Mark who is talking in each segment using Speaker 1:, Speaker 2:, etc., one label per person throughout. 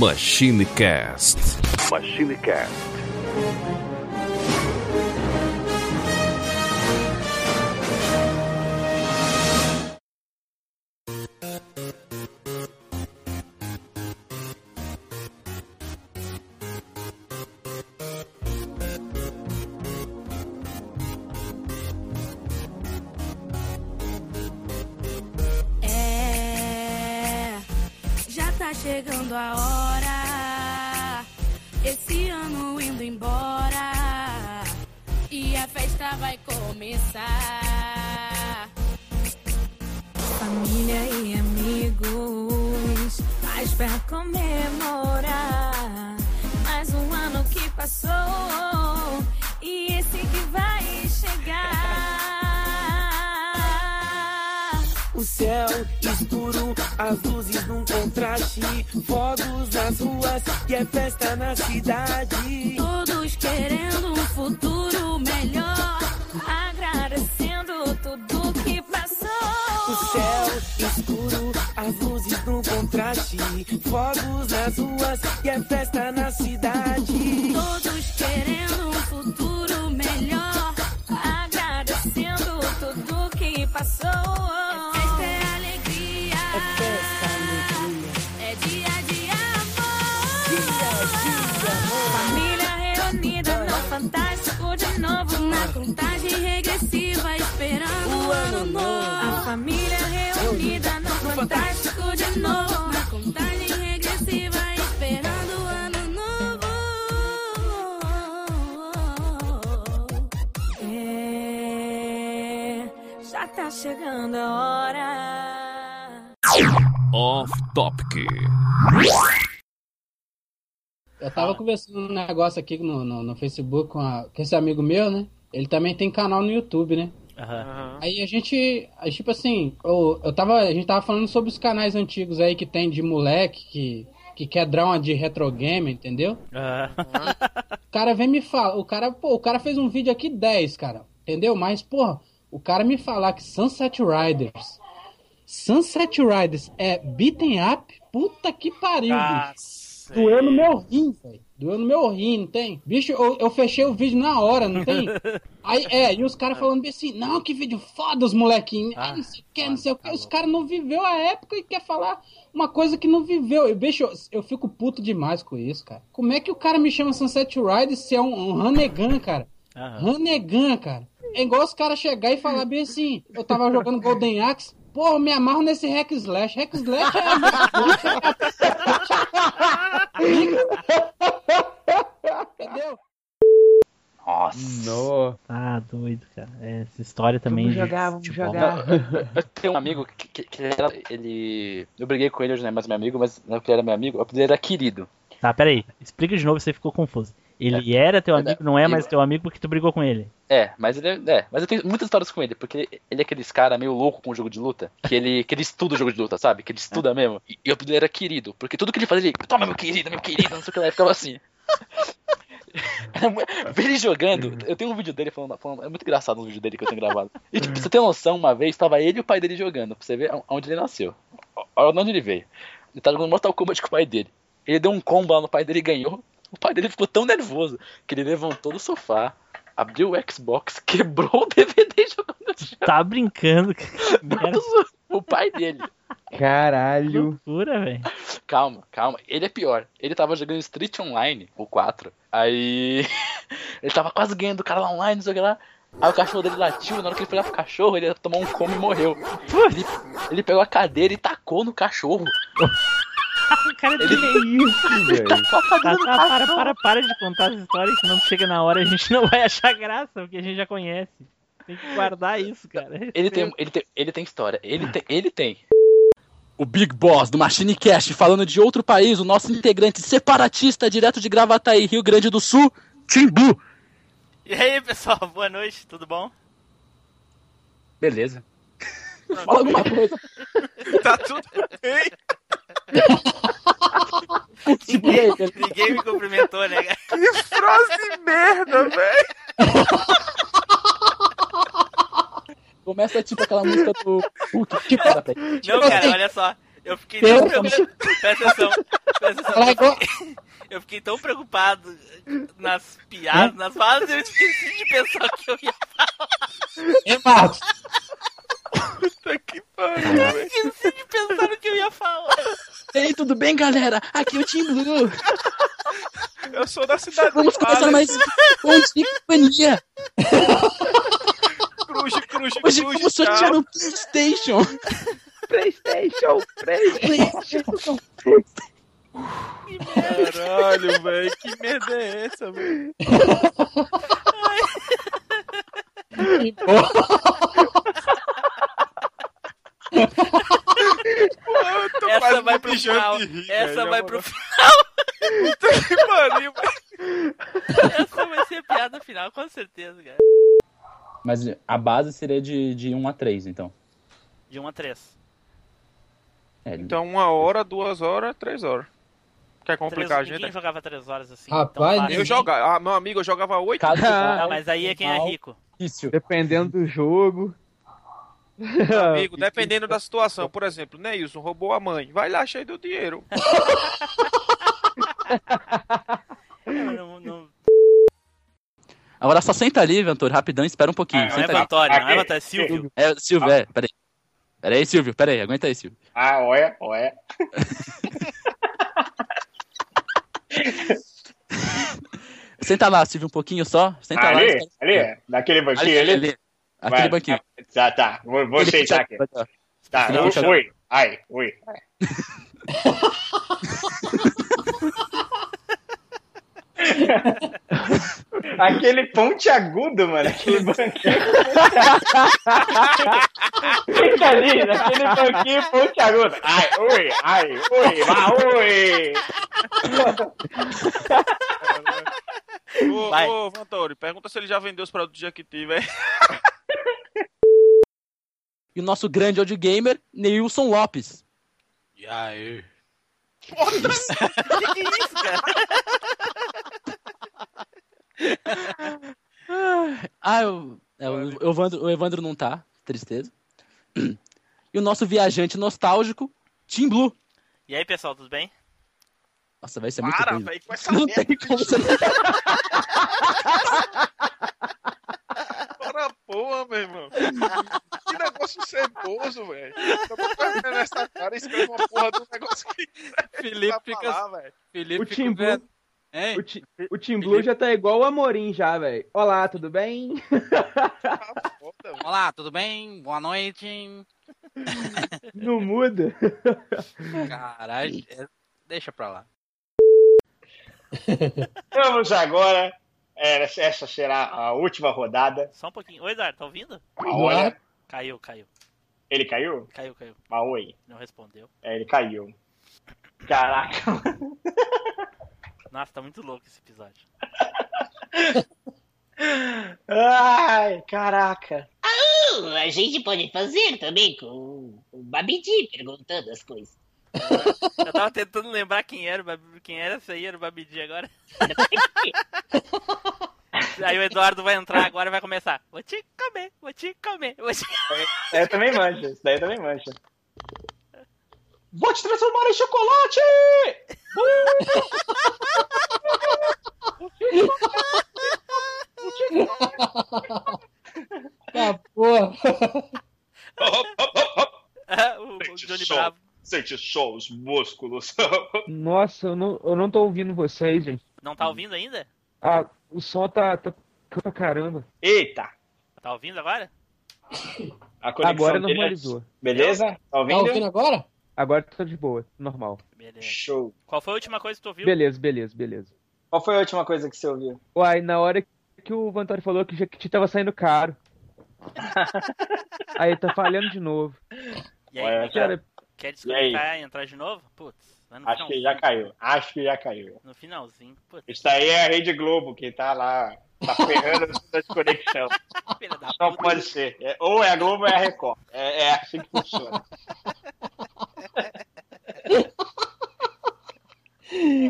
Speaker 1: MachineCast.
Speaker 2: MachineCast.
Speaker 3: É, já tá chegando a hora. Esse ano indo embora. E a festa vai começar. Família e amigos, mais pra comemorar. Mais um ano que passou. E esse que vai chegar.
Speaker 4: O céu escuro, as luzes num contraste, fogos nas ruas e é festa na cidade.
Speaker 3: Todos querendo um futuro melhor, agradecendo tudo que
Speaker 4: O
Speaker 3: passou.
Speaker 4: céu escuro, as luzes num contraste, fogos nas ruas e é festa na cidade.
Speaker 3: Todos querendo um futuro melhor, agradecendo tudo que passou. Esta é alegria,
Speaker 4: É festa, alegria,
Speaker 3: é dia de
Speaker 4: dia de
Speaker 3: amor.
Speaker 4: amor.
Speaker 3: Família reunida no Fantástico de novo na contagem regressiva esperando o ano novo. A família reunida no Fantástico de novo na contagem regressiva esperando o ano novo. É, já tá chegando a hora.
Speaker 1: Off Topic.
Speaker 5: Eu tava conversando um negócio aqui no, no, no Facebook com, a- com esse amigo meu, né? Ele também tem canal no YouTube, né? Aí a gente, aí, tipo assim, eu, eu tava, a gente tava falando sobre os canais antigos aí que tem de moleque que, que quer dar uma de retro game, entendeu? O cara vem me falar, o cara, pô, o cara fez um vídeo aqui 10, cara, entendeu? Mas, porra, o cara me falar que Sunset Riders, Sunset Riders é beaten up, puta que pariu, bicho. Doeu no meu rim, velho. Doeu no meu rim, não tem? Bicho, eu, eu fechei o vídeo na hora, não tem? Aí, é, e os caras falando assim, não, que vídeo foda os molequinhos. Ah, não sei o que, não sei o que. Os caras não viveu a época e quer falar uma coisa que não viveu. E, bicho, eu, eu fico puto demais com isso, cara. Como é que o cara me chama Sunset Riders se é um, um Hanegan, cara? Hanegan, cara. É igual os caras chegar e falar bem assim, eu tava jogando Golden Axe, pô, eu me amarro nesse Hack Slash. Hack Slash é... Entendeu?
Speaker 6: Nossa.
Speaker 7: No.
Speaker 8: Ah, doido, cara. É, Essa história também.
Speaker 9: Vamos
Speaker 8: de
Speaker 9: jogar, vamos
Speaker 8: futebol.
Speaker 9: jogar.
Speaker 6: Eu tenho um amigo que, que- que ele, era- ele- Eu briguei com ele hoje, não é mais meu amigo, mas não é porque ele era meu amigo, o apelido era querido.
Speaker 8: Tá, peraí. Explica de novo, você ficou confuso. Ele era teu
Speaker 6: É,
Speaker 8: amigo, não é mais
Speaker 6: ele-
Speaker 8: teu amigo porque tu brigou com ele.
Speaker 6: É, mas ele é- é, mas eu tenho muitas histórias com ele, porque ele, ele é aqueles cara meio louco com o jogo de luta, que ele, que ele estuda o jogo de luta, sabe? Que ele estuda mesmo. E, e o apelido era querido, porque tudo que ele fazia, ele, toma meu querido, meu querido, não sei o que lá, ele ficava assim. Era mu- Ver ele jogando, eu tenho um vídeo dele falando, falando- é muito engraçado um vídeo dele que eu tenho gravado. E tipo, pra você ter noção, uma vez tava ele e o pai dele jogando, pra você ver a- aonde ele nasceu. Olha de onde ele veio. Ele tava jogando Mortal Kombat com o pai dele. Ele deu um combo lá no pai dele e ganhou. O pai dele ficou tão nervoso que ele levantou do sofá, abriu o Xbox, quebrou o DVD e jogou no chão.
Speaker 8: Tá brincando, cara. Que merda,
Speaker 6: O pai dele.
Speaker 8: que
Speaker 7: Caralho.
Speaker 8: loucura, velho.
Speaker 6: Calma, calma. Ele é pior. Ele tava jogando Street Online, o 4. Aí. ele tava quase ganhando do cara lá online, não sei o que lá. Aí o cachorro dele latiu, na hora que ele foi lá pro cachorro, ele tomou um combo e morreu. Ele, ele pegou a cadeira e tacou no cachorro.
Speaker 8: O Tá cara
Speaker 6: Ele-
Speaker 8: dele
Speaker 7: Que isso, velho?
Speaker 6: Tacou a
Speaker 8: Tá,
Speaker 6: cadeira no
Speaker 8: tá, para,
Speaker 6: cachorro.
Speaker 8: para, para de contar essa história, senão chega na hora a gente não vai achar graça, porque a gente já conhece. Tem que guardar isso, cara. é
Speaker 6: Ele tem, um, ele tem, ele tem história. Ele tem, ele tem. O Big Boss do Machine Cast falando de outro país, o nosso integrante separatista direto de Gravataí, Rio Grande do Sul, Timbu.
Speaker 10: E aí, pessoal, boa noite, tudo bom?
Speaker 6: Beleza. Fala alguma coisa.
Speaker 10: Tá tudo bem?
Speaker 6: Tipo,
Speaker 10: Ninguém me cumprimentou, né? cara?
Speaker 9: Que frase merda, velho.
Speaker 6: Começa tipo aquela música do Hulk. Tipo,
Speaker 8: Tipo assim,
Speaker 10: Não, cara, olha só. Eu
Speaker 8: Eu fiquei tão preocupado. Presta atenção. Presta atenção.
Speaker 4: Ela é igual-
Speaker 8: Eu fiquei tão preocupado nas piadas, nas falas, eu esqueci de pensar o que eu ia
Speaker 4: Ei, Marcos,
Speaker 11: Puta que pariu, velho.
Speaker 8: esqueci de pensar no que eu ia falar.
Speaker 6: Ei, tudo bem, galera? Aqui é o Tim Blue.
Speaker 11: Eu sou da cidade
Speaker 6: Vamos
Speaker 11: do
Speaker 6: começar
Speaker 11: Vale.
Speaker 6: mais um de companhia.
Speaker 11: Cruz, cruz, cruz.
Speaker 6: Hoje vamos sortear o Playstation.
Speaker 12: Playstation, Playstation.
Speaker 6: Playstation.
Speaker 11: Caralho, velho. Que merda é essa, velho?
Speaker 4: que porra.
Speaker 11: Eu tô
Speaker 8: Essa
Speaker 11: quase
Speaker 8: vai
Speaker 11: me
Speaker 8: pro
Speaker 11: mijando
Speaker 8: final.
Speaker 11: de rir,
Speaker 8: Essa
Speaker 11: velho,
Speaker 8: vai
Speaker 11: na
Speaker 8: pro
Speaker 11: moral.
Speaker 8: final.
Speaker 11: Puta que pariu, velho.
Speaker 8: Essa vai ser a piada final, com certeza, cara.
Speaker 6: Mas a base seria de, de 1 a 3, então.
Speaker 8: De 1 a 3.
Speaker 6: É,
Speaker 11: Então, uma hora, duas horas, três horas. Quer complicar a gente?
Speaker 8: Ninguém jogava 3 horas assim.
Speaker 4: Rapaz,
Speaker 8: tão fácil.
Speaker 4: nem-
Speaker 11: Eu jogava. Ah, meu amigo, eu jogava oito.
Speaker 6: cada
Speaker 8: Ah,
Speaker 6: final
Speaker 8: mas aí é quem é rico.
Speaker 6: difícil.
Speaker 12: Dependendo do jogo. Ah,
Speaker 11: Amigo, dependendo da situação, por exemplo, Neilson roubou a mãe, vai lá cheio do dinheiro.
Speaker 8: Não, não, não,
Speaker 6: Agora só senta ali, Ventura, rapidão, espera um pouquinho.
Speaker 8: não é
Speaker 13: tá-
Speaker 6: senta ali.
Speaker 8: Vitória,
Speaker 13: Ah,
Speaker 8: não é Vitória, é Silvio.
Speaker 6: É, Silvio, é, peraí. Peraí, Silvio, peraí, aguenta aí, Silvio.
Speaker 13: Ah, olha, olha.
Speaker 6: Senta lá, Silvio, um pouquinho só. Senta
Speaker 8: Tá
Speaker 6: lá.
Speaker 13: Ali,
Speaker 6: espera-
Speaker 13: ali, naquele banquinho ali.
Speaker 6: Aquele
Speaker 13: Vai.
Speaker 6: banquinho.
Speaker 13: Tá, tá. Vou, vou
Speaker 6: Ele
Speaker 13: sentar aqui.
Speaker 6: puxa-
Speaker 13: Tá,
Speaker 6: Ele
Speaker 13: eu-
Speaker 6: puxa-
Speaker 13: ui. Ai, ui. aquele ponte agudo, mano. Aquele banquinho. Fica ali, naquele banquinho ponte agudo. Ai, ui, ai, ui, vá, ui.
Speaker 11: Ô,
Speaker 8: Vai.
Speaker 11: ô, Vantori, pergunta se ele já vendeu os produtos de Jequiti, velho.
Speaker 6: E o nosso grande audio gamer, Neilson Lopes.
Speaker 11: E aí?
Speaker 8: Que isso, cara?
Speaker 6: Ah, eu, é, o, o Evandro, o Evandro não tá, tristeza. E o nosso viajante nostálgico, Tim Blue.
Speaker 8: E aí, pessoal, tudo bem?
Speaker 6: Nossa, vai
Speaker 12: É
Speaker 6: ser muito
Speaker 11: Para,
Speaker 6: ruim.
Speaker 11: velho, com essa
Speaker 6: Não
Speaker 11: merda,
Speaker 6: tem como você não
Speaker 11: para a porra, meu irmão. Que negócio ceboso, velho. Eu tô terminando essa cara e escreve uma porra do negócio que
Speaker 5: Felipe
Speaker 11: tá
Speaker 5: fica-
Speaker 11: falar, velho.
Speaker 5: Felipe
Speaker 12: O
Speaker 5: fica
Speaker 12: Tim Blue-
Speaker 5: vendo. Hein?
Speaker 12: O, ti, o Tim Blue já tá igual o Amorim já, velho. Olá, tudo bem?
Speaker 11: Tá foda, velho.
Speaker 5: Olá, tudo bem? Boa noite.
Speaker 12: Não muda.
Speaker 5: Caralho, é- deixa pra lá.
Speaker 13: Vamos agora. É, Essa será a última rodada.
Speaker 8: Só um pouquinho. Oi, Eduardo, tá ouvindo?
Speaker 13: Olha,
Speaker 8: Caiu, caiu.
Speaker 13: ele caiu?
Speaker 8: Caiu, caiu.
Speaker 13: Ah, oi.
Speaker 8: Não respondeu.
Speaker 13: É, ele caiu. Caraca.
Speaker 8: Nossa, tá muito louco esse episódio.
Speaker 13: Ai, caraca.
Speaker 3: A gente pode fazer também com o Babidi perguntando as coisas.
Speaker 8: Eu tava tentando lembrar quem era, o Babi- quem era esse aí, era o Babidi agora. aí o Eduardo vai entrar agora e vai começar. Vou te comer, vou te comer, vou te...
Speaker 13: Isso daí também mancha. Isso daí também mancha. Vou te transformar em chocolate!
Speaker 4: Tá, porra.
Speaker 13: Hop, hop, hop, hop.
Speaker 8: Ah, o, o Johnny
Speaker 13: Show.
Speaker 8: Bravo.
Speaker 13: Sente só os músculos.
Speaker 12: Nossa, eu não, eu não tô ouvindo vocês, gente.
Speaker 8: Não tá ouvindo ainda?
Speaker 12: Ah, o som tá, tá pra caramba.
Speaker 13: Eita.
Speaker 8: Tá ouvindo agora?
Speaker 13: A conexão
Speaker 12: Agora
Speaker 13: dele-
Speaker 12: normalizou.
Speaker 13: Beleza? Tá
Speaker 4: Tá
Speaker 13: ouvindo?
Speaker 4: ouvindo agora?
Speaker 12: Agora tá de boa, normal.
Speaker 8: Beleza.
Speaker 13: Show.
Speaker 8: Qual foi a última coisa que tu ouviu?
Speaker 12: Beleza, beleza, beleza.
Speaker 13: Qual foi a última coisa que você ouviu?
Speaker 12: Uai, na hora que o Vantori falou que o Jequiti tava saindo caro. Aí tá falhando de novo.
Speaker 8: E aí,
Speaker 13: Olha,
Speaker 12: Cara,
Speaker 8: quer desconectar e entrar de novo? Putz, lá no
Speaker 13: Acho que
Speaker 8: finalzinho.
Speaker 13: já caiu. Acho que já caiu.
Speaker 8: No finalzinho. Putz,
Speaker 13: Isso daí é a Rede Globo que tá lá, tá ferrando toda a conexão.
Speaker 8: filha da
Speaker 13: Não
Speaker 8: puta.
Speaker 13: pode ser. É- ou é a Globo ou é a Record. É, é assim que funciona.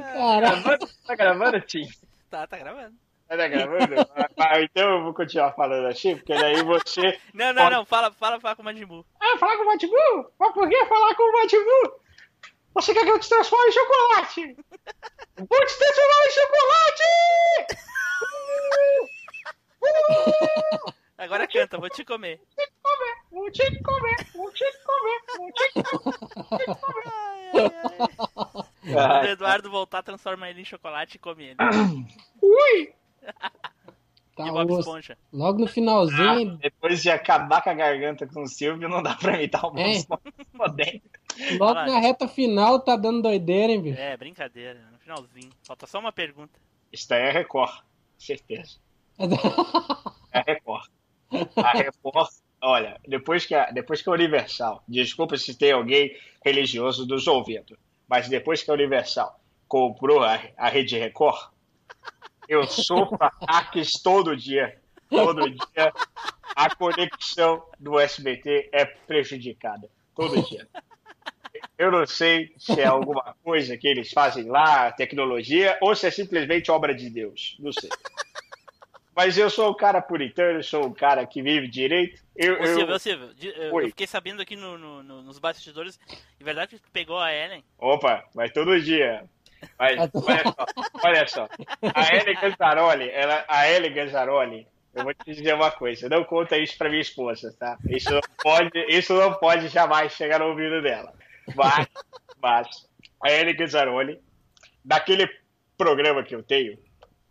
Speaker 4: Caraca.
Speaker 13: Tá gravando, Tim?
Speaker 8: Tá, tá gravando.
Speaker 13: Tá gravando? Ah, então eu vou continuar falando assim, porque daí você. É,
Speaker 8: Não, não, não, fala, fala, fala com o Majimbu.
Speaker 13: Ah, falar com o Matibu? Mas por que falar com o Matibu? Você quer que eu te transforme em chocolate? Vou te transformar em chocolate!
Speaker 8: Agora canta, vou te comer.
Speaker 13: Vou te comer, vou te comer, vou te comer, vou te comer.
Speaker 8: Quando o
Speaker 13: ah,
Speaker 8: Eduardo voltar, transforma ele em chocolate e come ele.
Speaker 13: Ui!
Speaker 4: Tá,
Speaker 8: E Bob
Speaker 4: o-
Speaker 8: Esponja.
Speaker 4: Logo no finalzinho,
Speaker 13: Depois de acabar com a garganta com o Silvio, não dá pra imitar o
Speaker 4: É.
Speaker 13: Bob Esponja.
Speaker 4: logo na reta final, tá dando doideira, hein, bicho?
Speaker 8: É, brincadeira. No finalzinho. Falta só uma pergunta.
Speaker 13: Isso daí é Record, certeza. É a Record. A Record, olha, depois que a, depois que a Universal, desculpa se tem alguém religioso dos ouvindo, mas depois que a Universal comprou a, a Rede Record, eu sofro ataques todo dia. Todo dia a conexão do SBT é prejudicada. Todo dia. Eu não sei se é alguma coisa que eles fazem lá, tecnologia, ou se é simplesmente obra de Deus. Não sei. Mas eu sou um cara puritano, sou um cara que vive direito. Eu,
Speaker 8: Ô, Silvio,
Speaker 13: eu...
Speaker 8: ô, Silvio, de- eu,
Speaker 13: Oi.
Speaker 8: eu fiquei sabendo aqui no, no- no- nos bastidores. Em verdade, tu pegou a Ellen.
Speaker 13: Opa, mas todo dia. Mas, olha só, olha só. A Ellen Ganzaroli, ela, a Ellen Ganzaroli, eu vou te dizer uma coisa, não conta isso pra minha esposa, tá? Isso não pode, isso não pode jamais chegar no ouvido dela. Mas, mas a Ellen Ganzaroli, daquele programa que eu tenho,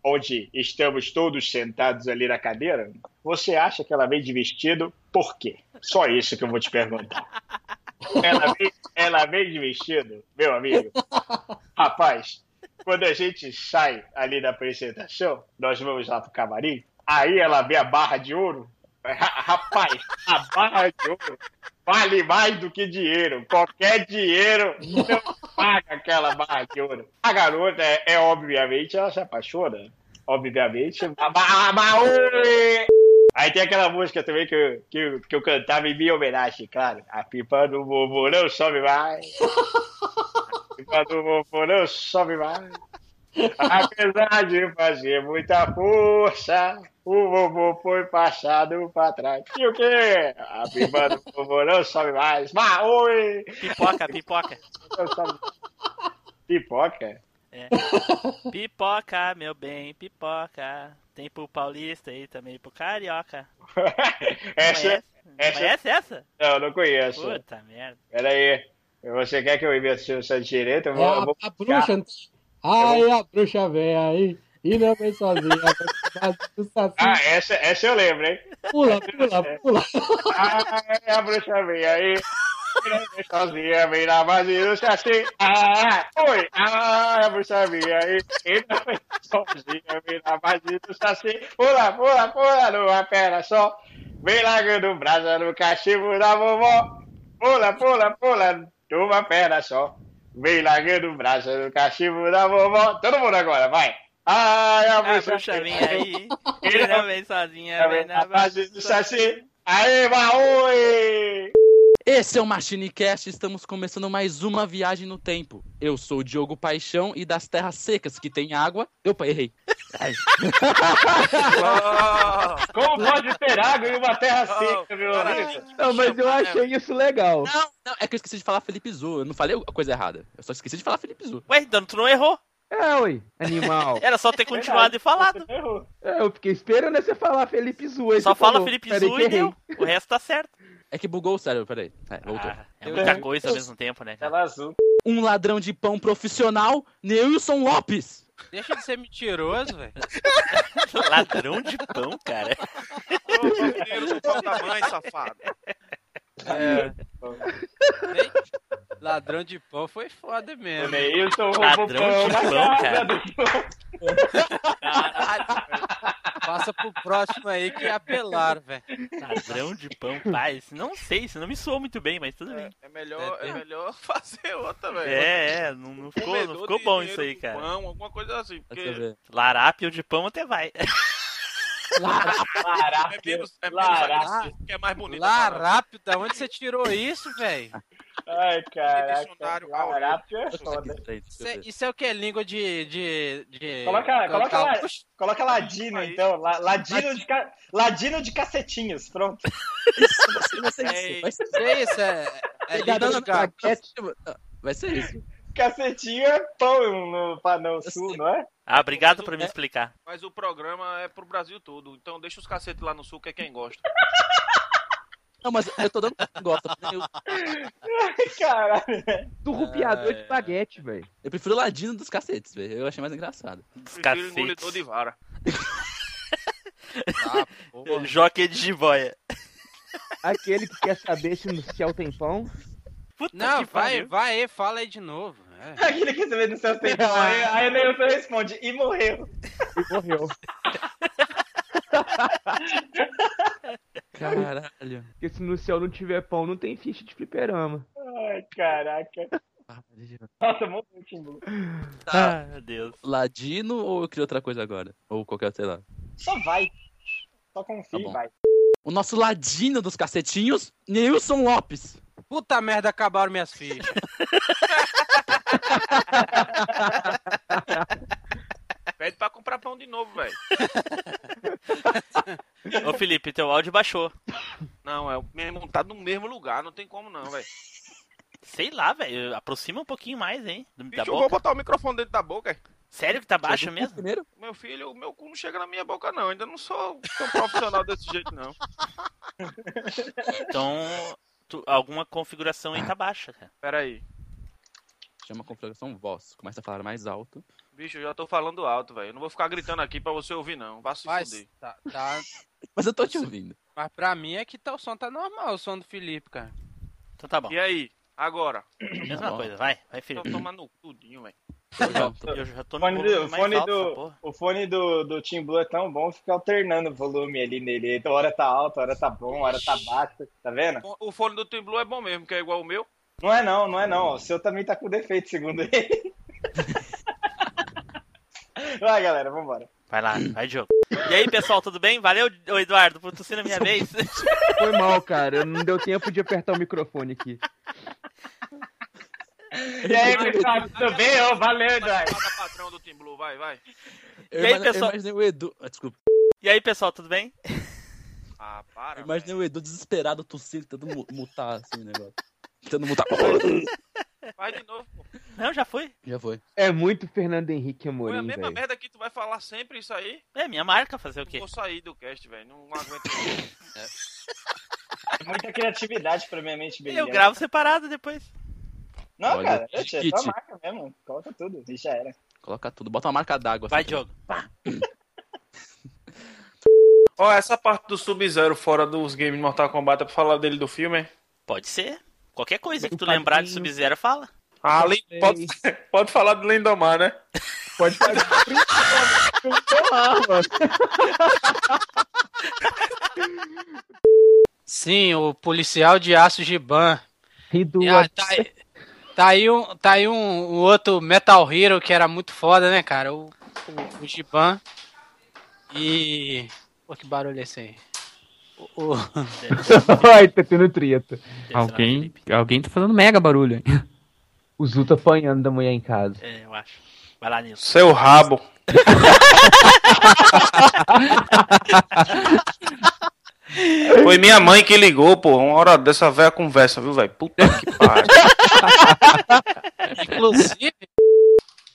Speaker 13: onde estamos todos sentados ali na cadeira, você acha que ela vem de vestido? Por quê? Só isso que eu vou te perguntar. Ela vem, ela vem de vestido, meu amigo. Rapaz, quando a gente sai ali da apresentação, nós vamos lá pro camarim, aí ela vê a barra de ouro. Ra- Rapaz, a barra de ouro vale mais do que dinheiro. Qualquer dinheiro não paga aquela barra de ouro. A garota, é, é obviamente, ela se apaixona. Obviamente. A ba- a ba- oi! Aí tem aquela música também que eu, que, eu- que eu cantava em minha homenagem, claro. A pipa do vovô não sobe mais. A pipa do vovô não sobe mais. Apesar de fazer muita força, o vovô foi passado pra trás. E o quê? A pipa do vovô não sobe mais. Mas, oi!
Speaker 8: Pipoca, pipoca.
Speaker 13: Não sobe mais. Pipoca?
Speaker 8: É. Pipoca, meu bem, pipoca. Tem pro paulista e também pro carioca.
Speaker 13: Essa, essa,
Speaker 8: Conhece essa?
Speaker 13: Não, não conheço.
Speaker 8: é? Puta merda.
Speaker 13: Pera aí. Você quer que eu invente o seu direito? Eu
Speaker 4: É
Speaker 13: vou,
Speaker 4: a-
Speaker 13: eu vou
Speaker 4: a bruxa, não tem? Ai, a bruxa vem aí, e não vem sozinha. vai pro saci.
Speaker 13: Ah, essa, essa eu lembro, hein?
Speaker 5: Ah,
Speaker 4: Pula, pula, pula.
Speaker 13: Ah, a bruxa vem aí. Sozinha, vem na base do chassi. Ah, oi. Ah, a bruxa vem aí. Sozinha, vem na base do chassi. Pula, pula, pula numa perna só. Vem largando brasa no cachimbo da vovó. Pula, pula, pula numa perna só. Vem largando brasa no cachimbo da vovó. Todo mundo agora, vai. Ai, É a
Speaker 8: A
Speaker 13: bruxa,
Speaker 8: bruxa vem aí. Vem na vem né? sozinha, vem na
Speaker 13: A base
Speaker 8: base.
Speaker 13: do chassi. assim, Aê, Maui!
Speaker 6: Esse é o MachineCast, estamos começando mais uma viagem no tempo. Eu sou o Diogo Paixão e das terras secas que tem água... Opa, errei. Ai.
Speaker 13: Como pode ter água em uma terra seca, meu amigo?
Speaker 12: Não, mas eu achei isso legal.
Speaker 6: Não, não, é que eu esqueci de falar Felipe Zu, eu não falei a coisa errada. Eu só esqueci de falar Felipe Zu.
Speaker 8: Ué, Dano, tu não errou.
Speaker 12: É, ui, animal.
Speaker 8: Era só
Speaker 13: É
Speaker 8: ter continuado e falado.
Speaker 12: É, eu fiquei esperando você falar Felipe Zu. aí
Speaker 8: Só
Speaker 12: você
Speaker 8: fala
Speaker 12: falou,
Speaker 8: Felipe
Speaker 12: peraí
Speaker 8: Zu
Speaker 12: que
Speaker 8: e
Speaker 12: errei.
Speaker 8: deu. O resto tá certo.
Speaker 6: É que bugou o cérebro, peraí. É, voltou.
Speaker 8: Ah, é muita coisa ao mesmo tempo, né? cara?
Speaker 13: Tela azul.
Speaker 6: Um ladrão de pão profissional, Neilson Lopes.
Speaker 5: Deixa de ser mentiroso, velho.
Speaker 8: Ladrão de pão, cara.
Speaker 11: Ô, mineiro do pau da mãe, safado.
Speaker 5: É. Ladrão de pão foi foda
Speaker 13: O
Speaker 5: mesmo.
Speaker 13: Neilson roubou
Speaker 8: Ladrão
Speaker 13: pão
Speaker 8: de
Speaker 13: na
Speaker 8: pão,
Speaker 13: casa
Speaker 8: cara.
Speaker 13: do pão.
Speaker 5: Passa pro próximo aí que apelaram, velho.
Speaker 11: É
Speaker 8: Ladrão de pão, pai. isso Não sei, isso não me soou muito bem, mas tudo bem.
Speaker 11: É melhor,
Speaker 5: É,
Speaker 11: é
Speaker 5: é.
Speaker 11: melhor fazer outra, velho.
Speaker 8: É, é, não, não ficou, não
Speaker 11: Comedor
Speaker 8: ficou
Speaker 11: de
Speaker 8: bom
Speaker 11: dinheiro
Speaker 8: isso aí,
Speaker 11: com
Speaker 8: cara.
Speaker 11: Pão, alguma coisa assim, porque
Speaker 6: Deixa eu ver.
Speaker 8: Larápio de pão até vai.
Speaker 13: um
Speaker 11: é menos, é menos
Speaker 13: Larápio.
Speaker 11: agressivo, que é mais bonito.
Speaker 5: Lá
Speaker 11: cara.
Speaker 5: rápido, da onde você tirou isso, velho?
Speaker 8: Ah,
Speaker 13: Ai, caraca.
Speaker 11: Dicionário,
Speaker 13: Larápio é
Speaker 6: Deixa eu
Speaker 13: foda.
Speaker 6: ver. Peraí,
Speaker 5: Isso
Speaker 6: deixa
Speaker 5: é,
Speaker 6: eu ver.
Speaker 5: isso é o que? Língua de. de, de
Speaker 13: Coloca- coloca
Speaker 5: cantar?
Speaker 13: lá.
Speaker 5: Puxa,
Speaker 13: Coloca Ladino, então. La- Ladino, de ca- Ladino de cacetinhos, pronto.
Speaker 6: Isso, vai ser- vai ser-
Speaker 5: isso é isso, é. É língua de gato.
Speaker 6: É, tipo, Vai ser isso.
Speaker 13: Cacetinho é pão no Panão Sul, não é?
Speaker 8: Ah, obrigado por me explicar.
Speaker 11: Mas o programa é pro Brasil todo, então deixa os cacetes lá no sul que é quem gosta.
Speaker 6: Não, mas eu tô dando quem gosta. porque Eu,
Speaker 13: Caralho.
Speaker 7: Do
Speaker 11: Ah,
Speaker 7: rupiador
Speaker 11: é.
Speaker 7: de baguete, velho.
Speaker 6: eu prefiro o ladino dos cacetes, velho. Eu achei mais engraçado. Dos
Speaker 11: Prefiro engolidor de vara.
Speaker 8: Jockey de jiboia.
Speaker 7: Aquele que quer saber se no céu tem pão.
Speaker 5: Não,
Speaker 7: que
Speaker 5: vai,
Speaker 7: pariu.
Speaker 5: vai aí, fala aí de novo.
Speaker 13: Aquele que você vê no seu tempo. Aí, aí o Neilson responde, e morreu.
Speaker 7: E morreu.
Speaker 6: Caralho.
Speaker 7: Porque se no céu não tiver pão, não tem ficha de fliperama.
Speaker 13: Ai, caraca. Nossa, morreu o Timbu.
Speaker 6: Tá.
Speaker 8: Ah, Meu Deus.
Speaker 6: Ladino ou eu queria outra coisa agora? Ou qualquer, sei lá.
Speaker 13: Só vai. Só confia
Speaker 6: Tá
Speaker 13: e
Speaker 6: bom.
Speaker 13: vai.
Speaker 6: O nosso ladino dos cacetinhos, Neilson Lopes.
Speaker 5: Puta merda, acabaram minhas fichas.
Speaker 11: Pede pra comprar pão de novo, velho.
Speaker 8: Ô Felipe, teu áudio baixou.
Speaker 11: Não, é o mesmo, tá no mesmo lugar, não tem como não, velho.
Speaker 8: Sei lá, velho. Aproxima um pouquinho mais, hein? do- Da
Speaker 11: Bicho, eu vou
Speaker 8: boca.
Speaker 11: botar o microfone dentro da boca. é.
Speaker 8: Sério que tá baixo mesmo?
Speaker 11: Meu filho, o meu cu não chega na minha boca, não. Ainda não sou tão profissional desse jeito, não.
Speaker 8: Então, tu- alguma configuração aí tá baixa, cara.
Speaker 11: Peraí.
Speaker 6: Chama a configuração voz. Começa a falar mais alto.
Speaker 11: Bicho, eu já tô falando alto, velho. Eu não vou ficar gritando aqui pra você ouvir, não. Vá se fuder.
Speaker 5: Tá, tá.
Speaker 6: Mas eu tô te ouvindo.
Speaker 5: Mas pra mim é que tá, o som tá normal, o som do Felipe, cara.
Speaker 8: Então tá bom.
Speaker 13: é
Speaker 11: E aí? Agora?
Speaker 8: Mesma coisa, vai. Vai,
Speaker 11: Tô
Speaker 8: Felipe.
Speaker 11: tomando tudinho, velho.
Speaker 8: Eu já tô
Speaker 13: O
Speaker 8: no
Speaker 13: Então fone,
Speaker 8: volume
Speaker 13: do,
Speaker 8: mais
Speaker 13: fone
Speaker 8: alto, essa
Speaker 13: do,
Speaker 8: porra.
Speaker 13: o fone do, do Tim Blue é tão bom, fica alternando o volume ali nele. Então, Hora tá alto, hora tá bom, hora tá baixo. Tá vendo?
Speaker 11: O fone do Tim Blue é bom mesmo, que é igual o meu.
Speaker 13: Não é não, não é não. O seu também tá com defeito, segundo ele. Vai, galera, vambora.
Speaker 8: Vai lá, vai, Diogo. E aí, pessoal, tudo bem? Valeu, ô Eduardo, por tossir na minha vez.
Speaker 7: Foi mal, cara. Não deu tempo de apertar o microfone aqui.
Speaker 13: E aí, pessoal, tudo bem? Ô, valeu, Eduardo.
Speaker 11: Cada patrão do Tim Blue, vai, vai.
Speaker 6: Eu,
Speaker 8: E aí,
Speaker 6: imagi- eu
Speaker 8: pessoal?
Speaker 6: imaginei o Edu. ah, Desculpa.
Speaker 8: E aí, pessoal, tudo bem?
Speaker 11: Ah, para.
Speaker 6: Eu imaginei o Edu desesperado tossindo, tentando mu- mutar assim o negócio. Tentando mutar.
Speaker 11: Vai de novo, pô.
Speaker 8: Não, já foi.
Speaker 6: Já foi.
Speaker 7: É muito Fernando Henrique
Speaker 11: Foi a
Speaker 7: Amorim,
Speaker 11: mesma
Speaker 7: velho.
Speaker 11: merda que tu vai falar sempre isso aí.
Speaker 8: É minha marca fazer o quê?
Speaker 11: Vou sair do cast, velho. Não aguento.
Speaker 13: Muita criatividade pra minha mente brilhante.
Speaker 8: Eu gravo separado depois.
Speaker 13: Não,
Speaker 6: Olha,
Speaker 13: cara, eu tinha tua
Speaker 6: chiquite.
Speaker 13: marca mesmo. Coloca tudo e já era.
Speaker 6: Coloca tudo. Bota uma marca d'água.
Speaker 8: Vai,
Speaker 6: assim.
Speaker 8: Diogo.
Speaker 11: Ó, essa parte do Sub-Zero fora dos games de Mortal Kombat é pra falar dele do filme, hein?
Speaker 8: Pode ser. Qualquer coisa que
Speaker 7: Bem
Speaker 8: tu lembrar de
Speaker 7: padrinho.
Speaker 8: Sub-Zero, fala.
Speaker 11: Ah, Lin-
Speaker 7: Sei.
Speaker 11: pode, pode falar do Lindomar, né?
Speaker 7: Pode fazer lá, mano.
Speaker 5: Sim, o policial de aço Giban.
Speaker 7: E do
Speaker 5: E, ah, tá, aí- tá aí, um, tá aí um, um outro Metal Hero que era muito foda, né, cara? O, o, o Giban. E. Pô, que barulho é esse aí? O, o-
Speaker 7: Ai, tá tendo treta.
Speaker 14: Alguém, alguém tá fazendo mega barulho, hein?
Speaker 7: O Zu tá apanhando da mulher em casa.
Speaker 8: É, eu acho. Vai lá, Nilson.
Speaker 11: Seu rabo. Foi minha mãe que ligou, pô. Uma hora dessa velha conversa, viu, velho? Puta que pariu.
Speaker 5: inclusive,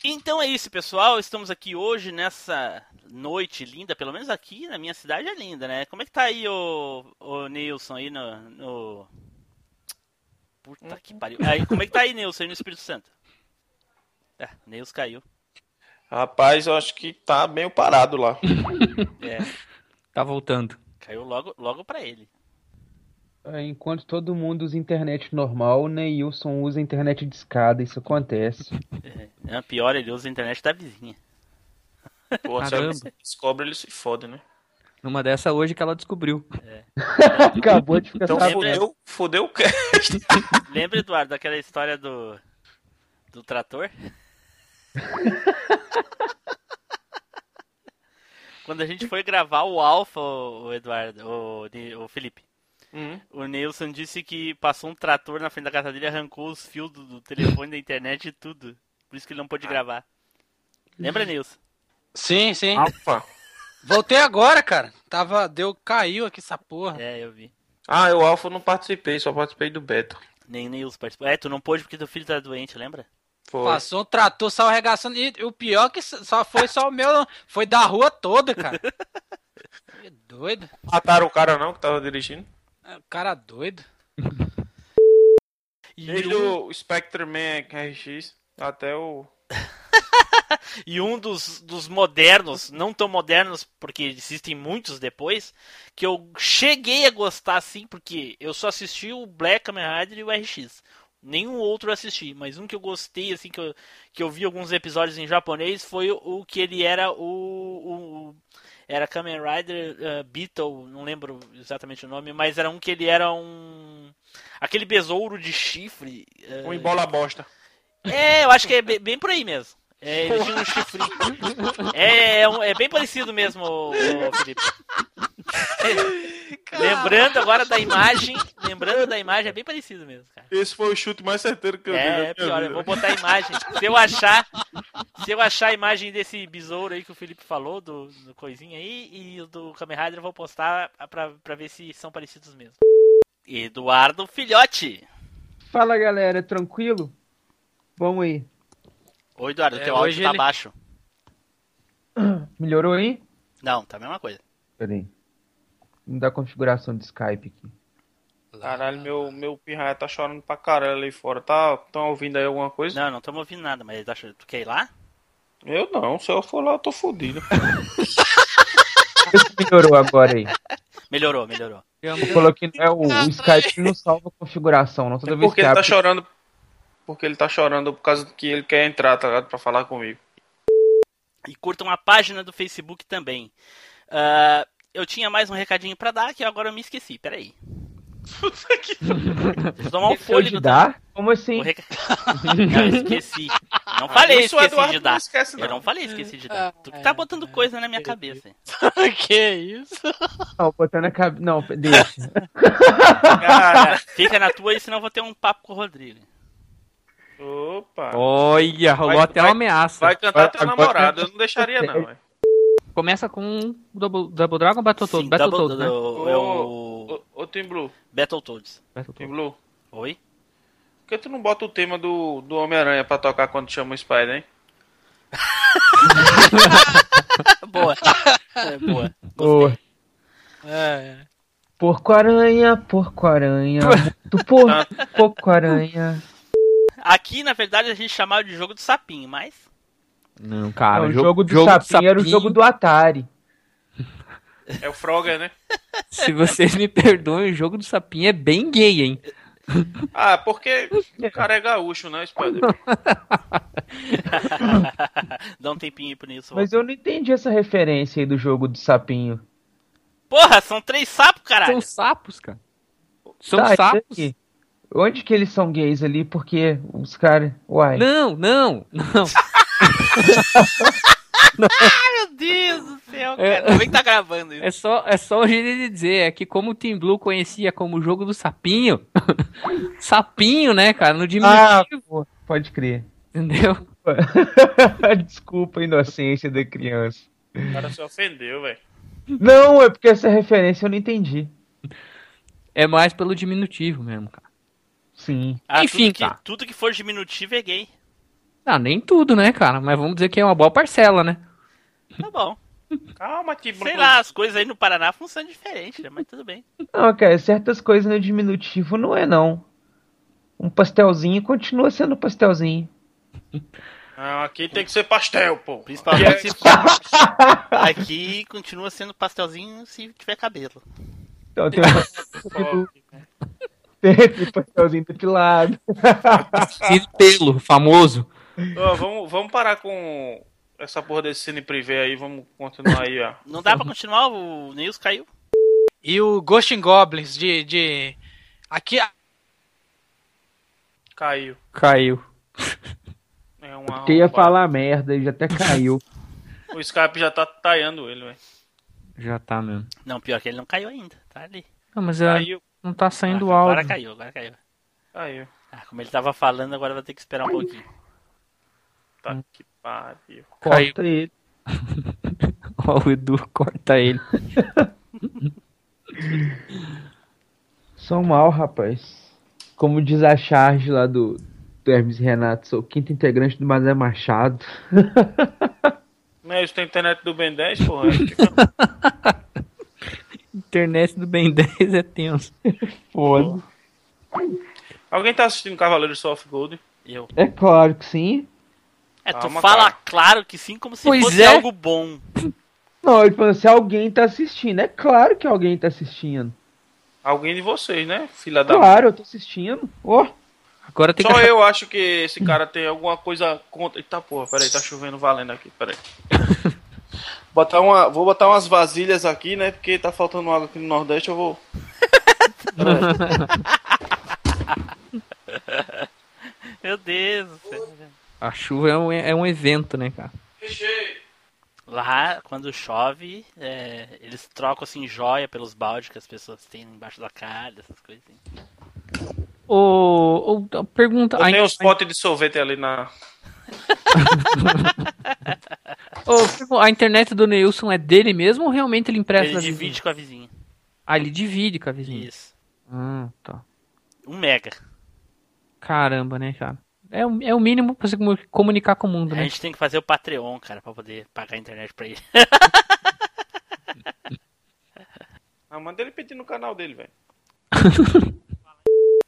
Speaker 8: Então é isso, pessoal. Estamos aqui hoje nessa noite linda, pelo menos aqui na minha cidade é linda, né? Como é que tá aí o, o Nilson aí no, no- Puta que pariu. Aí, como é que tá aí, Nilson, aí no Espírito Santo? Ah, Nilson caiu.
Speaker 11: Rapaz, eu acho que tá meio parado lá.
Speaker 8: É,
Speaker 14: Tá voltando.
Speaker 8: caiu logo, logo pra ele.
Speaker 7: É, Enquanto todo mundo usa internet normal, o Neilson usa internet de escada, isso acontece.
Speaker 8: É, pior, ele usa a internet da vizinha.
Speaker 11: Pô, se
Speaker 14: Caramba.
Speaker 11: ele descobre, ele se fode, né?
Speaker 14: Numa dessa hoje que ela descobriu.
Speaker 7: Acabou de ficar
Speaker 11: Então
Speaker 7: sabendo.
Speaker 11: fodeu, fodeu o quê?
Speaker 8: Lembra, Eduardo, daquela história do. do trator? Quando a gente foi gravar o Alpha, o o Eduardo, o, Ni- o Felipe,
Speaker 11: Uhum.
Speaker 8: o Nilson disse que passou um trator na frente da casa dele, arrancou os fios do, do telefone, da internet e tudo. Por isso que ele não
Speaker 11: Ah.
Speaker 8: pôde gravar. Lembra, Nilson?
Speaker 5: sim, sim.
Speaker 11: Alfa.
Speaker 5: Voltei agora, cara. Tava. Deu. Caiu aqui essa porra.
Speaker 8: É, eu vi.
Speaker 11: Ah, eu Alfa não participei, só participei do Beto.
Speaker 8: Nem Nilson participou. É, tu não pôde porque teu filho tá doente, lembra?
Speaker 5: Passou um trator, saiu arregaçando. E o pior é que só foi só o meu, não. foi da rua toda, cara. Que doido.
Speaker 11: Mataram o cara não que tava dirigindo?
Speaker 5: É, Cara doido.
Speaker 11: Desde o Spectre Man RX até o.
Speaker 8: E um dos, dos modernos, não tão modernos, porque existem muitos depois, que eu cheguei a gostar assim, porque eu só assisti o Black Kamen Rider e o RX. Nenhum outro eu assisti, mas um que eu gostei, assim, que eu, que eu vi alguns episódios em japonês, foi o, o que ele era o. o- o- era Kamen Rider eh, Beetle, não lembro exatamente o nome, mas era um que ele era um. Aquele besouro de chifre. eh,
Speaker 11: O Embola Bosta.
Speaker 8: é, eu acho que é be- bem por aí mesmo. É, ele tinha um chifre. É, é, um- é bem parecido mesmo, ô- ô, Felipe. lembrando agora da imagem, lembrando da imagem, é bem parecido mesmo, cara.
Speaker 11: Esse foi o chute mais certeiro que eu vi. na
Speaker 8: É, é
Speaker 11: minha
Speaker 8: pior, eu
Speaker 11: vida.
Speaker 8: vou botar a imagem. Se eu achar, se eu achar a imagem desse besouro aí que o Felipe falou, do, do coisinha aí, e o do Kamen Rider, eu vou postar pra, pra ver se são parecidos mesmo. Eduardo Filhote.
Speaker 7: Fala galera, tranquilo? Vamos aí.
Speaker 8: Ô, Eduardo,
Speaker 7: É,
Speaker 8: teu áudio
Speaker 7: hoje
Speaker 8: tá
Speaker 7: ele-
Speaker 8: baixo.
Speaker 7: Melhorou aí?
Speaker 8: Não, tá a mesma coisa.
Speaker 7: Peraí. Vamos dar configuração de Skype aqui.
Speaker 11: Caralho, meu, meu pirraia tá chorando pra caralho ali fora. Tá, tão ouvindo aí alguma coisa?
Speaker 8: Não, não estamos ouvindo nada, mas tá achando- tu quer ir lá?
Speaker 11: Eu não, se eu for lá eu tô fudido.
Speaker 7: Melhorou agora aí.
Speaker 8: Melhorou, melhorou.
Speaker 7: Eu coloquei, é, o, o Skype não salva a configuração, não. Toda vez
Speaker 11: Porque
Speaker 7: que
Speaker 11: ele tá
Speaker 7: abre,
Speaker 11: chorando. Porque ele tá chorando por causa que ele quer entrar, tá ligado? Pra falar comigo.
Speaker 8: E curtam a página do Facebook também. Ah, eu tinha mais um recadinho pra dar que agora eu me esqueci. Peraí. Vou tomar um
Speaker 7: Esqueceu de
Speaker 8: fôlego.
Speaker 7: dar? Como assim?
Speaker 8: Não, esqueci. Não falei,
Speaker 7: Ah, Isso o
Speaker 8: esqueci
Speaker 7: Eduardo
Speaker 8: de
Speaker 7: não
Speaker 8: dar.
Speaker 7: esquece,
Speaker 8: Eu não falei, esqueci de dar. Tu que tá botando coisa na minha cabeça.
Speaker 5: que isso?
Speaker 7: Não, botando a cabeça. Não, deixa.
Speaker 8: Cara, fica na tua aí, senão eu vou ter um papo com o Rodrigo.
Speaker 11: Opa.
Speaker 14: Olha, rolou
Speaker 11: Vai-
Speaker 14: até
Speaker 11: vai-
Speaker 14: uma ameaça.
Speaker 11: Vai cantar teu namorado, eu não deixaria não, velho.
Speaker 14: Começa com
Speaker 5: um
Speaker 14: Double, Double Dragon Battletoads.
Speaker 8: Sim, Double-
Speaker 14: Battletoads, né?
Speaker 8: Double- é o-
Speaker 11: Ô, Tim Blue.
Speaker 8: Battletoads.
Speaker 11: Tim Blue.
Speaker 8: Oi?
Speaker 11: Por que tu não bota o tema do, do Homem-Aranha pra tocar quando chama o Spider, hein?
Speaker 8: boa. É, boa.
Speaker 7: Boa.
Speaker 5: É.
Speaker 7: Porco-aranha, porco-aranha, muito porco, porco-aranha.
Speaker 8: Aqui, na verdade, a gente chamava de jogo do sapinho, mas.
Speaker 14: Não, cara.
Speaker 7: Não, É, o jogo, do,
Speaker 14: jogo
Speaker 7: sapinho era é o jogo do Atari.
Speaker 11: É o Frogger, né?
Speaker 14: Se vocês me perdoem, o jogo do sapinho é bem gay, hein?
Speaker 11: Ah, porque o cara é gaúcho, né, Spider?
Speaker 8: Dá um tempinho aí pro Nilson.
Speaker 7: Mas eu não entendi essa referência aí do jogo do sapinho.
Speaker 8: Porra, são três sapos, caralho.
Speaker 14: São sapos, cara. Tá. São
Speaker 7: Tá, e
Speaker 14: sapos?
Speaker 7: daí? Onde que eles são gays ali? Porque os caras. Uai.
Speaker 14: Não, não, não.
Speaker 8: Ah, meu Deus do céu, cara. Como é que tá gravando isso?
Speaker 14: É só, é só o jeito de dizer, é que como o Team Blue conhecia como o jogo do sapinho, sapinho, né, cara, no
Speaker 7: Ah,
Speaker 14: diminutivo,
Speaker 7: pô, pode crer.
Speaker 14: entendeu?
Speaker 7: Desculpa a inocência da criança.
Speaker 11: O cara se ofendeu, velho.
Speaker 7: Não, é porque essa referência eu não entendi.
Speaker 14: É mais pelo diminutivo mesmo, cara.
Speaker 7: Sim.
Speaker 8: Ah,
Speaker 14: Enfim,
Speaker 8: tudo que,
Speaker 14: cara.
Speaker 8: tudo que for diminutivo é gay.
Speaker 14: Ah, nem tudo, né, cara, mas vamos dizer que é uma boa parcela, né?
Speaker 8: Tá bom.
Speaker 11: Calma, que
Speaker 8: Sei lá, as coisas aí no Paraná funcionam diferente, né? Mas tudo bem.
Speaker 7: Não, cara, certas coisas no diminutivo não é não. Um pastelzinho continua sendo um pastelzinho.
Speaker 11: Não, aqui tem que ser pastel, pô.
Speaker 8: Principalmente
Speaker 11: Aqui é-
Speaker 8: se... Aqui continua sendo pastelzinho se tiver cabelo.
Speaker 7: Então tem um pastelzinho, tem, tem um pastelzinho depilado.
Speaker 14: Ciro Pelo, famoso.
Speaker 11: Ó, vamos, vamos parar com essa porra desse cine privê aí, vamos continuar aí, ó.
Speaker 8: Não dá pra continuar, o Nils caiu.
Speaker 5: E o Ghost in Goblins de. de... Aqui.
Speaker 11: Caiu.
Speaker 14: Caiu.
Speaker 11: É uma
Speaker 7: Porque ia
Speaker 11: arrombada.
Speaker 7: falar merda e já até caiu.
Speaker 11: O Skype já tá taiando ele, velho.
Speaker 14: Já tá mesmo.
Speaker 8: Não, pior que ele não caiu ainda. Tá ali.
Speaker 14: Não, mas é-
Speaker 8: Caiu.
Speaker 14: não tá saindo
Speaker 8: Ah,
Speaker 14: áudio.
Speaker 8: Agora caiu, agora caiu.
Speaker 11: Caiu.
Speaker 8: Ah, como ele tava falando, agora vai ter que esperar um pouquinho.
Speaker 11: Tá que pariu.
Speaker 14: Caiu.
Speaker 7: Corta ele.
Speaker 14: Ó, o Edu corta ele.
Speaker 7: São mal, rapaz.
Speaker 12: Como diz a charge lá do, do Hermes Renato, sou o quinto integrante do Mazé Machado.
Speaker 11: Não é isso, tem internet do Ben 10, porra.
Speaker 14: Internet do Ben 10 é tenso.
Speaker 12: Foda.
Speaker 11: Alguém tá assistindo Cavaleiros Soft Gold?
Speaker 8: Eu.
Speaker 12: É claro que sim.
Speaker 8: É, tu
Speaker 11: Calma,
Speaker 8: fala
Speaker 11: cara.
Speaker 8: claro que sim, como se
Speaker 12: Pois
Speaker 8: fosse
Speaker 12: é.
Speaker 8: algo bom.
Speaker 12: Não, ele falou, se alguém tá assistindo. É claro que alguém tá assistindo.
Speaker 11: Alguém de vocês, né? Filha da.
Speaker 12: Claro, eu tô assistindo. Ó.
Speaker 14: Agora
Speaker 11: Só eu acho que esse cara tem alguma coisa contra. Eita porra, peraí, tá chovendo valendo aqui, peraí. Botar uma, vou botar umas vasilhas aqui, né? Porque tá faltando água aqui no Nordeste, eu vou.
Speaker 8: Meu Deus do céu.
Speaker 14: A chuva é um, é um evento, né, cara?
Speaker 8: Lá, quando chove, é, eles trocam assim joia pelos baldes que as pessoas têm embaixo da cara, essas coisas assim.
Speaker 14: Ô, ô, pergunta.
Speaker 11: Eu
Speaker 14: ai-
Speaker 11: tenho uns potes de sorvete ali na.
Speaker 14: ô, pergu- a internet do Neilson é dele mesmo ou realmente ele empresta?
Speaker 8: Ele
Speaker 14: da vizinha?
Speaker 8: divide com a vizinha.
Speaker 14: Ah, ele divide com a vizinha.
Speaker 8: Isso.
Speaker 14: Ah, tá.
Speaker 8: Um mega.
Speaker 14: Caramba, né, cara? É, o- é o mínimo pra você comu- comunicar com o
Speaker 5: Um
Speaker 14: mundo,
Speaker 8: A
Speaker 14: né?
Speaker 8: gente tem que fazer o Patreon, cara, pra poder pagar a internet pra ele.
Speaker 11: Ah, manda ele pedir no canal dele, velho.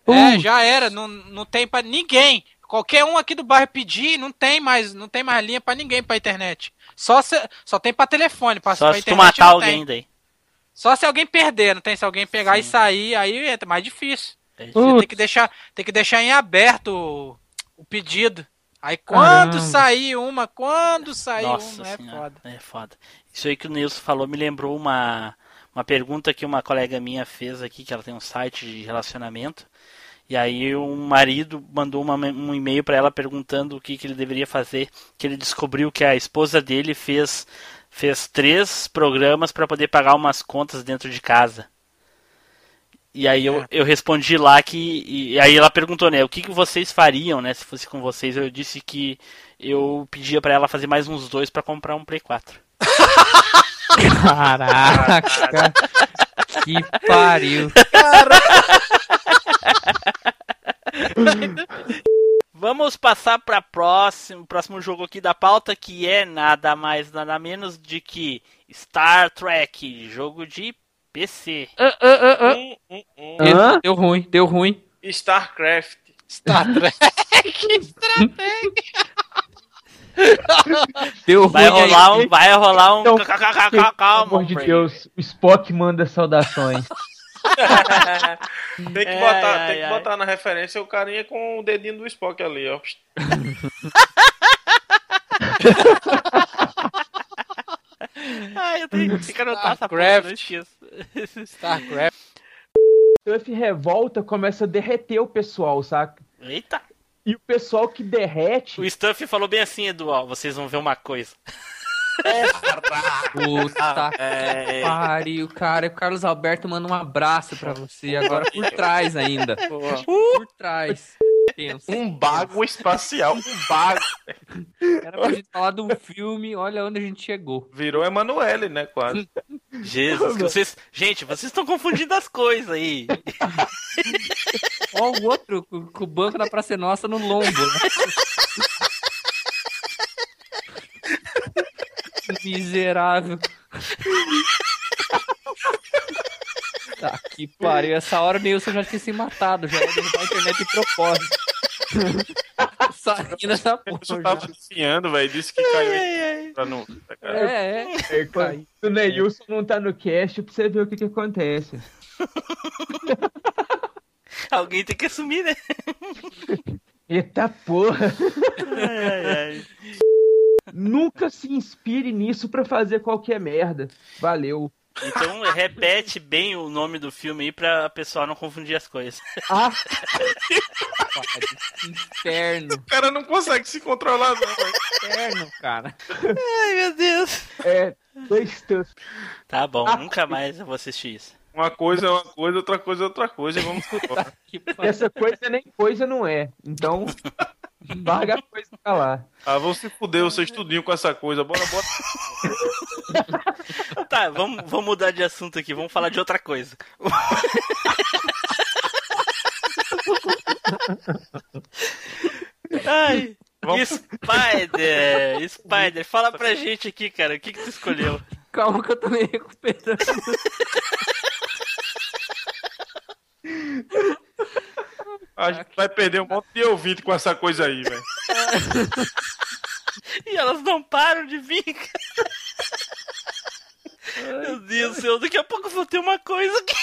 Speaker 14: Uh!
Speaker 5: É, já era, não, não tem pra ninguém. Qualquer um aqui do bairro pedir, não tem mais, não tem mais linha pra ninguém pra internet. Só se, só tem pra telefone, pra,
Speaker 8: Só
Speaker 5: pra
Speaker 8: se tu
Speaker 5: internet
Speaker 8: matar
Speaker 5: não
Speaker 8: alguém
Speaker 5: tem.
Speaker 8: daí.
Speaker 5: Só se alguém perder, não tem se alguém pegar e sair, aí é mais difícil. Você
Speaker 8: É
Speaker 14: Putz.
Speaker 5: tem que deixar, tem que deixar em aberto o, o pedido. Aí
Speaker 8: Caramba.
Speaker 5: quando sair uma, quando sair
Speaker 8: Nossa
Speaker 5: uma, é
Speaker 8: senhora,
Speaker 5: foda.
Speaker 8: é foda. Isso aí que o Nilson falou me lembrou uma, uma pergunta que uma colega minha fez aqui, que ela tem um site de relacionamento. E aí um marido mandou uma- um e-mail pra ela perguntando o que, que ele deveria fazer, que ele descobriu que a esposa dele fez fez três programas pra poder pagar umas contas dentro de casa. E aí eu, eu respondi lá que. E aí ela perguntou, né, o que, que vocês fariam, né, se fosse com vocês? Eu disse que eu pedia pra ela fazer mais uns dois pra comprar um Play 4.
Speaker 14: Caraca! que pariu!
Speaker 8: Vamos passar para próximo próximo jogo aqui da pauta que é nada mais nada menos de que Star Trek, jogo de PC.
Speaker 11: Hum, hum, hum.
Speaker 14: Esse Deu ruim, deu ruim.
Speaker 11: StarCraft.
Speaker 5: Star Trek,
Speaker 11: Star
Speaker 14: Deu ruim.
Speaker 8: Vai rolar
Speaker 12: aí.
Speaker 8: um, vai rolar um.
Speaker 12: Então,
Speaker 8: Calma,
Speaker 12: Pelo amor de Deus, o Spock manda saudações.
Speaker 11: Tem que
Speaker 8: Ai,
Speaker 11: botar,
Speaker 8: ai,
Speaker 11: tem que
Speaker 8: ai.
Speaker 11: botar na referência o carinha com o dedinho do Spock ali, ó.
Speaker 8: Ai, eu tenho que anotar essa porra, né? não esqueço.
Speaker 14: Tá,
Speaker 5: Starcraft.
Speaker 12: Surf revolta começa a derreter o pessoal, saca?
Speaker 8: Eita!
Speaker 12: E o pessoal que derrete.
Speaker 8: O Stuff falou bem assim, Edu, ó, vocês vão ver uma coisa.
Speaker 14: Puta que pariu, cara. O Carlos Alberto manda um abraço pra você agora por trás ainda. Por trás. É.
Speaker 15: Um bago espacial. Um bago.
Speaker 14: Era pra gente falar de um filme, olha onde a gente chegou.
Speaker 11: Virou Emanuele, né, quase.
Speaker 8: Jesus, que vocês. Gente, vocês estão confundindo as coisas aí.
Speaker 14: Ó o outro com com o banco da Praça é Nossa no lombo. né? Miserável. Tá que pariu. Essa hora o Nilson já tinha se matado. Já ia derrubar a internet de propósito. Saindo essa porra.
Speaker 11: Eu tava
Speaker 14: já.
Speaker 11: desfiando, velho. Disse que caiu em- pra não.
Speaker 14: É, é.
Speaker 12: É, quando o Neilson não tá no cast pra você ver o que, que acontece.
Speaker 8: Alguém tem que assumir, né?
Speaker 12: Eita porra!
Speaker 8: Ai, ai, ai.
Speaker 12: Nunca se inspire nisso pra fazer qualquer merda. Valeu.
Speaker 8: Então repete bem o nome do filme aí pra a pessoa não confundir as coisas.
Speaker 12: Ah,
Speaker 14: Inferno,
Speaker 11: O cara não consegue se controlar, não, velho.
Speaker 14: inferno, cara.
Speaker 8: Ai, meu Deus.
Speaker 12: É, dois stuff.
Speaker 8: Tá bom, nunca mais eu vou assistir isso.
Speaker 11: Uma coisa é uma coisa, outra coisa é outra coisa, e vamos embora.
Speaker 12: Essa coisa nem coisa não é. Então, larga a coisa pra lá.
Speaker 11: Ah, vão se fuder, vocês tudinho com essa coisa. Bora, bora.
Speaker 8: Tá, vamos, vamos mudar de assunto aqui, vamos falar de outra coisa. Ai, Spider, Spider, fala pra gente aqui, cara, o que, que tu escolheu?
Speaker 14: Calma que eu tô me recuperando.
Speaker 15: A gente vai perder um monte de ouvinte com essa coisa aí, velho.
Speaker 8: E elas não param de vir, cara. Meu Deus do céu, daqui a pouco eu vou ter uma coisa aqui.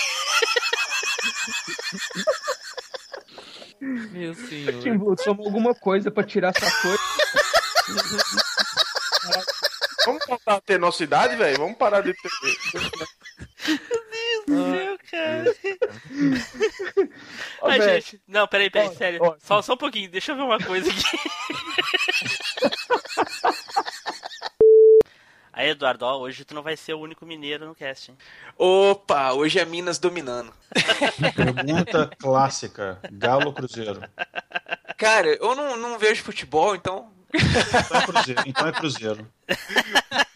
Speaker 14: Meu senhor.
Speaker 12: Timbu, toma alguma coisa pra tirar essa coisa.
Speaker 15: Vamos voltar a ter nossa idade, velho? Vamos parar de ter.
Speaker 8: Meu Deus, cara. Ai,
Speaker 15: velho.
Speaker 8: gente, não, peraí, peraí, sério. Só, só um pouquinho, deixa eu ver uma coisa aqui. Aí, Eduardo, ó, hoje tu não vai ser o único mineiro no cast, hein?
Speaker 7: Opa, hoje é Minas dominando.
Speaker 16: Pergunta clássica: Galo ou Cruzeiro?
Speaker 7: Cara, eu não, não vejo futebol, então
Speaker 16: Então é Cruzeiro. Então é Cruzeiro.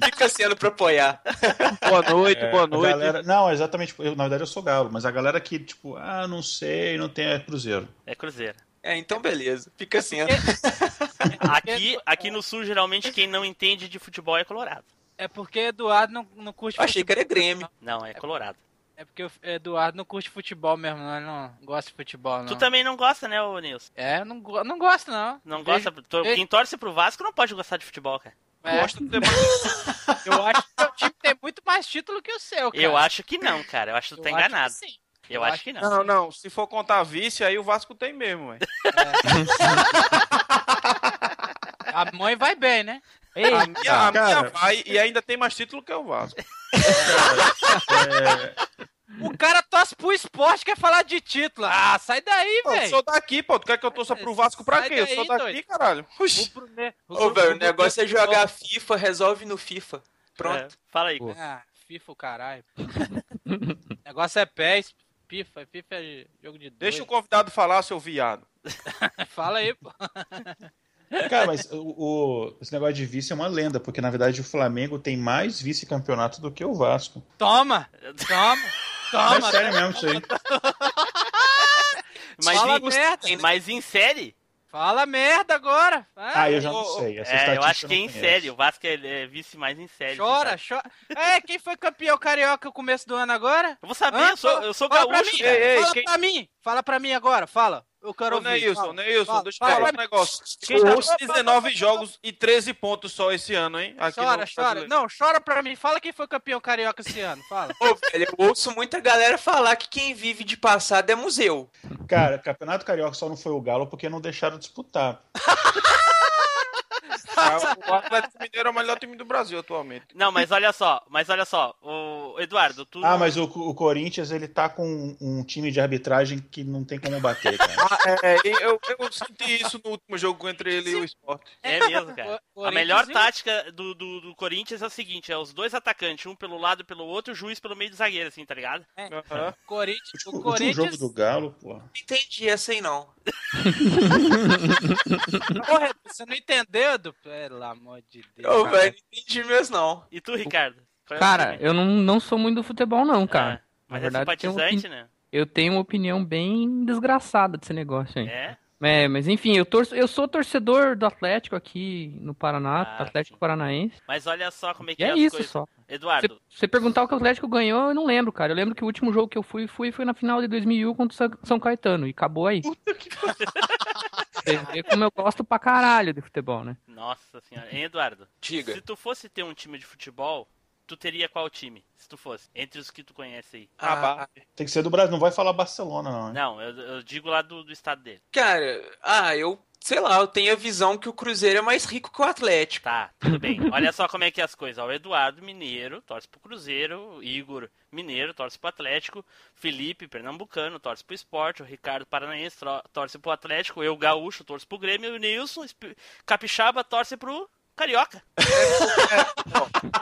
Speaker 7: fica sendo pra apoiar.
Speaker 16: Boa
Speaker 7: noite, boa noite.
Speaker 16: Galera... Não, exatamente. tipo, Eu, na verdade, eu sou Galo, mas a galera que, tipo, ah, não sei, não tem, é Cruzeiro.
Speaker 8: É Cruzeiro. É.
Speaker 7: É, então beleza, fica sendo.
Speaker 8: Aqui, aqui no sul, geralmente, quem não entende de futebol é colorado.
Speaker 5: É porque Eduardo não, não curte
Speaker 8: Achei que era
Speaker 7: Grêmio.
Speaker 8: Não, é colorado.
Speaker 5: É porque o Eduardo não curte futebol mesmo, não. Ele não gosta de futebol, não.
Speaker 8: Tu também não gosta, né, ô Nilson?
Speaker 5: É, eu não, go- não gosto, não.
Speaker 8: Não gosta? tu-
Speaker 5: vejo-
Speaker 8: Quem torce pro Vasco não pode gostar de futebol, cara.
Speaker 5: É. Eu acho que o teu time tem muito mais título que o seu, cara.
Speaker 8: Eu acho que não, cara. Eu acho que tu
Speaker 5: Eu
Speaker 8: tá
Speaker 5: acho que
Speaker 8: enganado.
Speaker 5: sim.
Speaker 8: Eu acho que não.
Speaker 11: Não, não. Se for contar vice, aí o Vasco tem mesmo, velho.
Speaker 5: A mãe vai bem, né?
Speaker 11: A minha,
Speaker 15: Ah,
Speaker 11: a
Speaker 5: Cara.
Speaker 11: minha vai e ainda tem mais título que o Vasco.
Speaker 5: O cara torce pro esporte quer falar de título. Ah, sai daí,
Speaker 11: Pô,
Speaker 5: velho.
Speaker 11: eu sou daqui, pô. Tu quer que eu torça pro Vasco pra
Speaker 5: Sai
Speaker 11: quê? Eu sou
Speaker 5: daí,
Speaker 11: daqui,
Speaker 5: doido.
Speaker 11: caralho.
Speaker 5: O primeiro-
Speaker 7: Ô, velho, o negócio é jogar FIFA, resolve no FIFA. Pronto.
Speaker 8: É, fala aí.
Speaker 5: Ah, FIFA, o caralho. o negócio é pés. FIFA, FIFA é jogo de dois.
Speaker 11: Deixa o convidado falar, seu viado.
Speaker 5: Fala aí, pô.
Speaker 16: Cara, mas o, o- esse negócio de vice é uma lenda, porque na verdade o Flamengo tem mais vice-campeonato do que o Vasco.
Speaker 5: Toma! Toma! Toma!
Speaker 16: é sério mesmo isso aí.
Speaker 8: Mas,
Speaker 5: Fala
Speaker 8: em,
Speaker 5: merda.
Speaker 8: mas em série?
Speaker 5: Fala merda agora!
Speaker 16: Ah, eu já não sei. Essa
Speaker 8: É, eu
Speaker 16: estatística
Speaker 8: acho que é
Speaker 16: eu não
Speaker 8: em
Speaker 16: conheço.
Speaker 8: série. O Vasco é, é vice mais em série.
Speaker 5: Chora, chora. É, quem foi campeão carioca no começo do ano agora?
Speaker 8: Eu vou saber, eu sou- eu sou
Speaker 5: fala pra
Speaker 8: gaúcho,
Speaker 5: mim,
Speaker 8: cara. Ei, ei,
Speaker 5: fala
Speaker 8: quem-
Speaker 5: pra mim, fala pra mim agora, fala. Eu quero
Speaker 11: Ô,
Speaker 5: ouvir.
Speaker 11: Neilson,
Speaker 5: fala,
Speaker 11: Neilson,
Speaker 5: fala,
Speaker 11: deixa eu
Speaker 5: fala
Speaker 11: falar um
Speaker 5: pra mim.
Speaker 11: negócio. Quem
Speaker 5: Ô,
Speaker 11: tá com 19 jogos e 13 pontos só esse ano, hein? Aqui
Speaker 5: Chora,
Speaker 11: no
Speaker 5: chora.
Speaker 11: Brasileiro.
Speaker 5: Não, chora pra mim. Fala quem foi campeão carioca esse ano. Fala.
Speaker 7: Ô, velho, eu ouço muita galera falar que quem vive de passado é museu.
Speaker 16: Cara, Campeonato Carioca só não foi o Galo porque não deixaram disputar.
Speaker 11: O Atlético Mineiro é o melhor time do Brasil atualmente.
Speaker 8: Não, mas olha só, mas olha só, o Eduardo, tu.
Speaker 16: Ah, mas o, o Corinthians, ele tá com um, um time de arbitragem que não tem como bater, cara.
Speaker 7: Ah,
Speaker 11: É, eu, eu senti isso no último jogo entre ele e o Sport.
Speaker 8: É mesmo, cara.
Speaker 11: O-
Speaker 8: A
Speaker 11: Corinthians
Speaker 8: melhor
Speaker 11: e o-
Speaker 8: tática do, do, do Corinthians é o seguinte: é os dois atacantes, um pelo lado e pelo outro, o juiz pelo meio do zagueiro, assim, tá ligado?
Speaker 5: Corinthians,
Speaker 16: O último jogo do Galo, pô.
Speaker 7: Entendi essa aí, não.
Speaker 5: Porra, Edu, você não entendeu, Edu? Pelo amor de Deus.
Speaker 7: Ô, velho, não entendi mesmo, não.
Speaker 8: E tu, Ricardo?
Speaker 14: Cara, eu não, não sou muito do futebol, não, cara.
Speaker 8: mas
Speaker 14: Na
Speaker 8: é
Speaker 14: verdade, eu tenho uma opini-
Speaker 8: simpatizante, né?
Speaker 14: Eu tenho uma opinião bem
Speaker 11: É.
Speaker 14: desgraçada desse negócio aí.
Speaker 8: É?
Speaker 14: mas enfim, eu, torço, eu sou torcedor do Atlético aqui no Paraná,
Speaker 11: Ah,
Speaker 14: do Atlético Paranaense.
Speaker 8: Mas olha só como é que
Speaker 14: E
Speaker 8: é,
Speaker 14: é
Speaker 8: as
Speaker 14: isso
Speaker 8: coisas.
Speaker 14: só.
Speaker 8: Eduardo,
Speaker 14: Se você perguntar o que o Atlético ganhou, eu não lembro, cara. Eu lembro que o último jogo que eu fui, fui foi na final de 2001 contra o Sa- São Caetano e acabou aí. Vocês veem como eu gosto pra caralho de futebol, né?
Speaker 8: nossa senhora. Hein, Eduardo?
Speaker 7: Diga.
Speaker 8: Se tu fosse ter um time de futebol, tu teria qual time? Se tu fosse? Entre os que tu conhece aí.
Speaker 7: Ah,
Speaker 5: Ah.
Speaker 16: Tem que ser do Brasil, não vai falar Barcelona, não. Né?
Speaker 8: Não, eu, eu digo lá do, do estado dele.
Speaker 7: Cara, ah, eu, sei lá, eu tenho a visão que o Cruzeiro é mais rico que o Atlético.
Speaker 8: Tá, tudo bem. Olha só como é que é as coisas. ó. O Eduardo Mineiro torce pro Cruzeiro, o Igor Mineiro torce pro Atlético, Felipe Pernambucano torce pro Esporte, o Ricardo Paranaense tro- torce pro Atlético, eu Gaúcho torce pro Grêmio, e o Nilson Esp- Capixaba torce pro Carioca.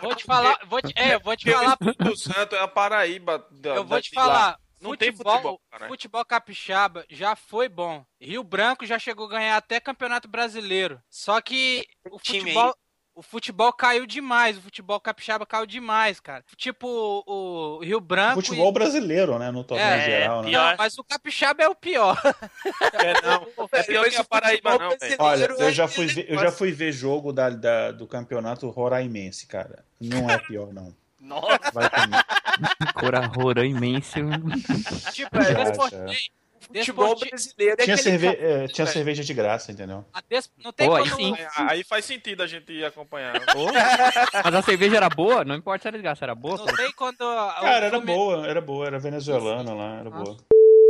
Speaker 5: Vou te falar, vou te, é, eu vou te falar,
Speaker 11: O Santo é a Paraíba. da-
Speaker 5: eu
Speaker 11: da-
Speaker 5: vou te
Speaker 11: de lá.
Speaker 5: falar.
Speaker 11: Não
Speaker 5: futebol,
Speaker 11: tem futebol, cara.
Speaker 5: futebol capixaba já foi bom. Rio Branco já chegou a ganhar até Campeonato Brasileiro. Só que o
Speaker 7: Time
Speaker 5: futebol,
Speaker 7: aí.
Speaker 5: O futebol caiu demais, o futebol capixaba caiu demais, cara. Tipo, o Rio Branco.
Speaker 16: Futebol
Speaker 5: e-
Speaker 16: brasileiro, né? No torneio
Speaker 5: É,
Speaker 16: geral, né?
Speaker 5: Não, mas o capixaba é o pior.
Speaker 11: É, não. É pior que a Paraíba, não, velho.
Speaker 16: Olha, eu já fui ver, eu já fui ver jogo da, da- do campeonato Roraimense, cara. Não é pior, não.
Speaker 5: Nossa.
Speaker 16: Vai comigo.
Speaker 14: Corahora imenso.
Speaker 5: Tipo, é
Speaker 16: Já,
Speaker 5: Desporti-
Speaker 7: Futebol
Speaker 5: Desporti-
Speaker 7: brasileiro é
Speaker 16: Tinha,
Speaker 7: aquele
Speaker 16: cerve
Speaker 7: campo,
Speaker 16: eh, tinha
Speaker 7: velho.
Speaker 16: cerveja de graça, entendeu?
Speaker 11: Ah,
Speaker 5: a des- Não tem é,
Speaker 14: Pô,
Speaker 5: como.
Speaker 14: aí sim.
Speaker 11: Aí faz sentido a gente ir acompanhar.
Speaker 14: Mas a cerveja era boa? Não importa se era de graça, era boa. pô.
Speaker 5: Não tem quando.
Speaker 16: Cara, era boa, era boa, era venezuelana lá, era boa.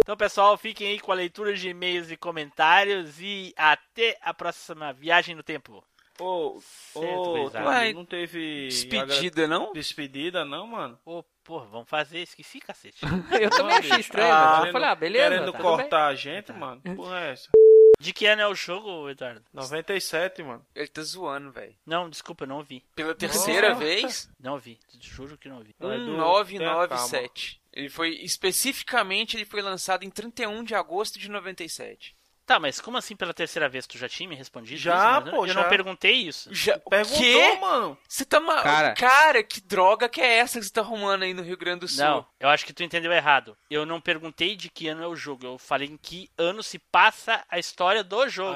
Speaker 8: Então, pessoal, fiquem aí com a leitura de e-mails e comentários e até a próxima viagem no tempo.
Speaker 11: Ô,
Speaker 8: Certo,
Speaker 11: ô,
Speaker 8: gurizada.
Speaker 11: Ué, não teve.
Speaker 8: despedida,
Speaker 11: agra- Despedida, não, mano?
Speaker 8: Ô, porra, vamos fazer, esqueci, cacete.
Speaker 14: Eu também achei
Speaker 11: bicho.
Speaker 14: estranho,
Speaker 11: Ah,
Speaker 14: mas eu
Speaker 11: querendo-
Speaker 14: falei, ah, beleza,
Speaker 11: Querendo
Speaker 14: tá, tudo
Speaker 11: cortar a gente, mano? Que Porra, é essa?
Speaker 8: De que ano é o jogo, Eduardo?
Speaker 11: 97, mano.
Speaker 7: Ele tá zoando, velho.
Speaker 8: Não, desculpa, eu não vi.
Speaker 7: Pela terceira vez?
Speaker 8: Não vi, juro que não vi.
Speaker 11: É
Speaker 7: Um,
Speaker 8: Edu,
Speaker 7: 997. Ele foi especificamente ele foi lançado em 31 de agosto de 97.
Speaker 8: Tá, mas como assim pela terceira vez? Tu já tinha me respondido
Speaker 7: Já,
Speaker 8: isso? Mas eu-
Speaker 7: pô,
Speaker 8: Eu
Speaker 7: já.
Speaker 8: não perguntei isso.
Speaker 7: Já,
Speaker 8: Perguntou,
Speaker 11: mano.
Speaker 7: Você tá mal.
Speaker 8: Cara.
Speaker 7: Cara. que droga que é essa que você tá arrumando aí no Rio Grande do Sul?
Speaker 8: Não, eu acho que tu entendeu errado. Eu não perguntei de que ano é o jogo. Eu falei em que ano se passa a história do jogo.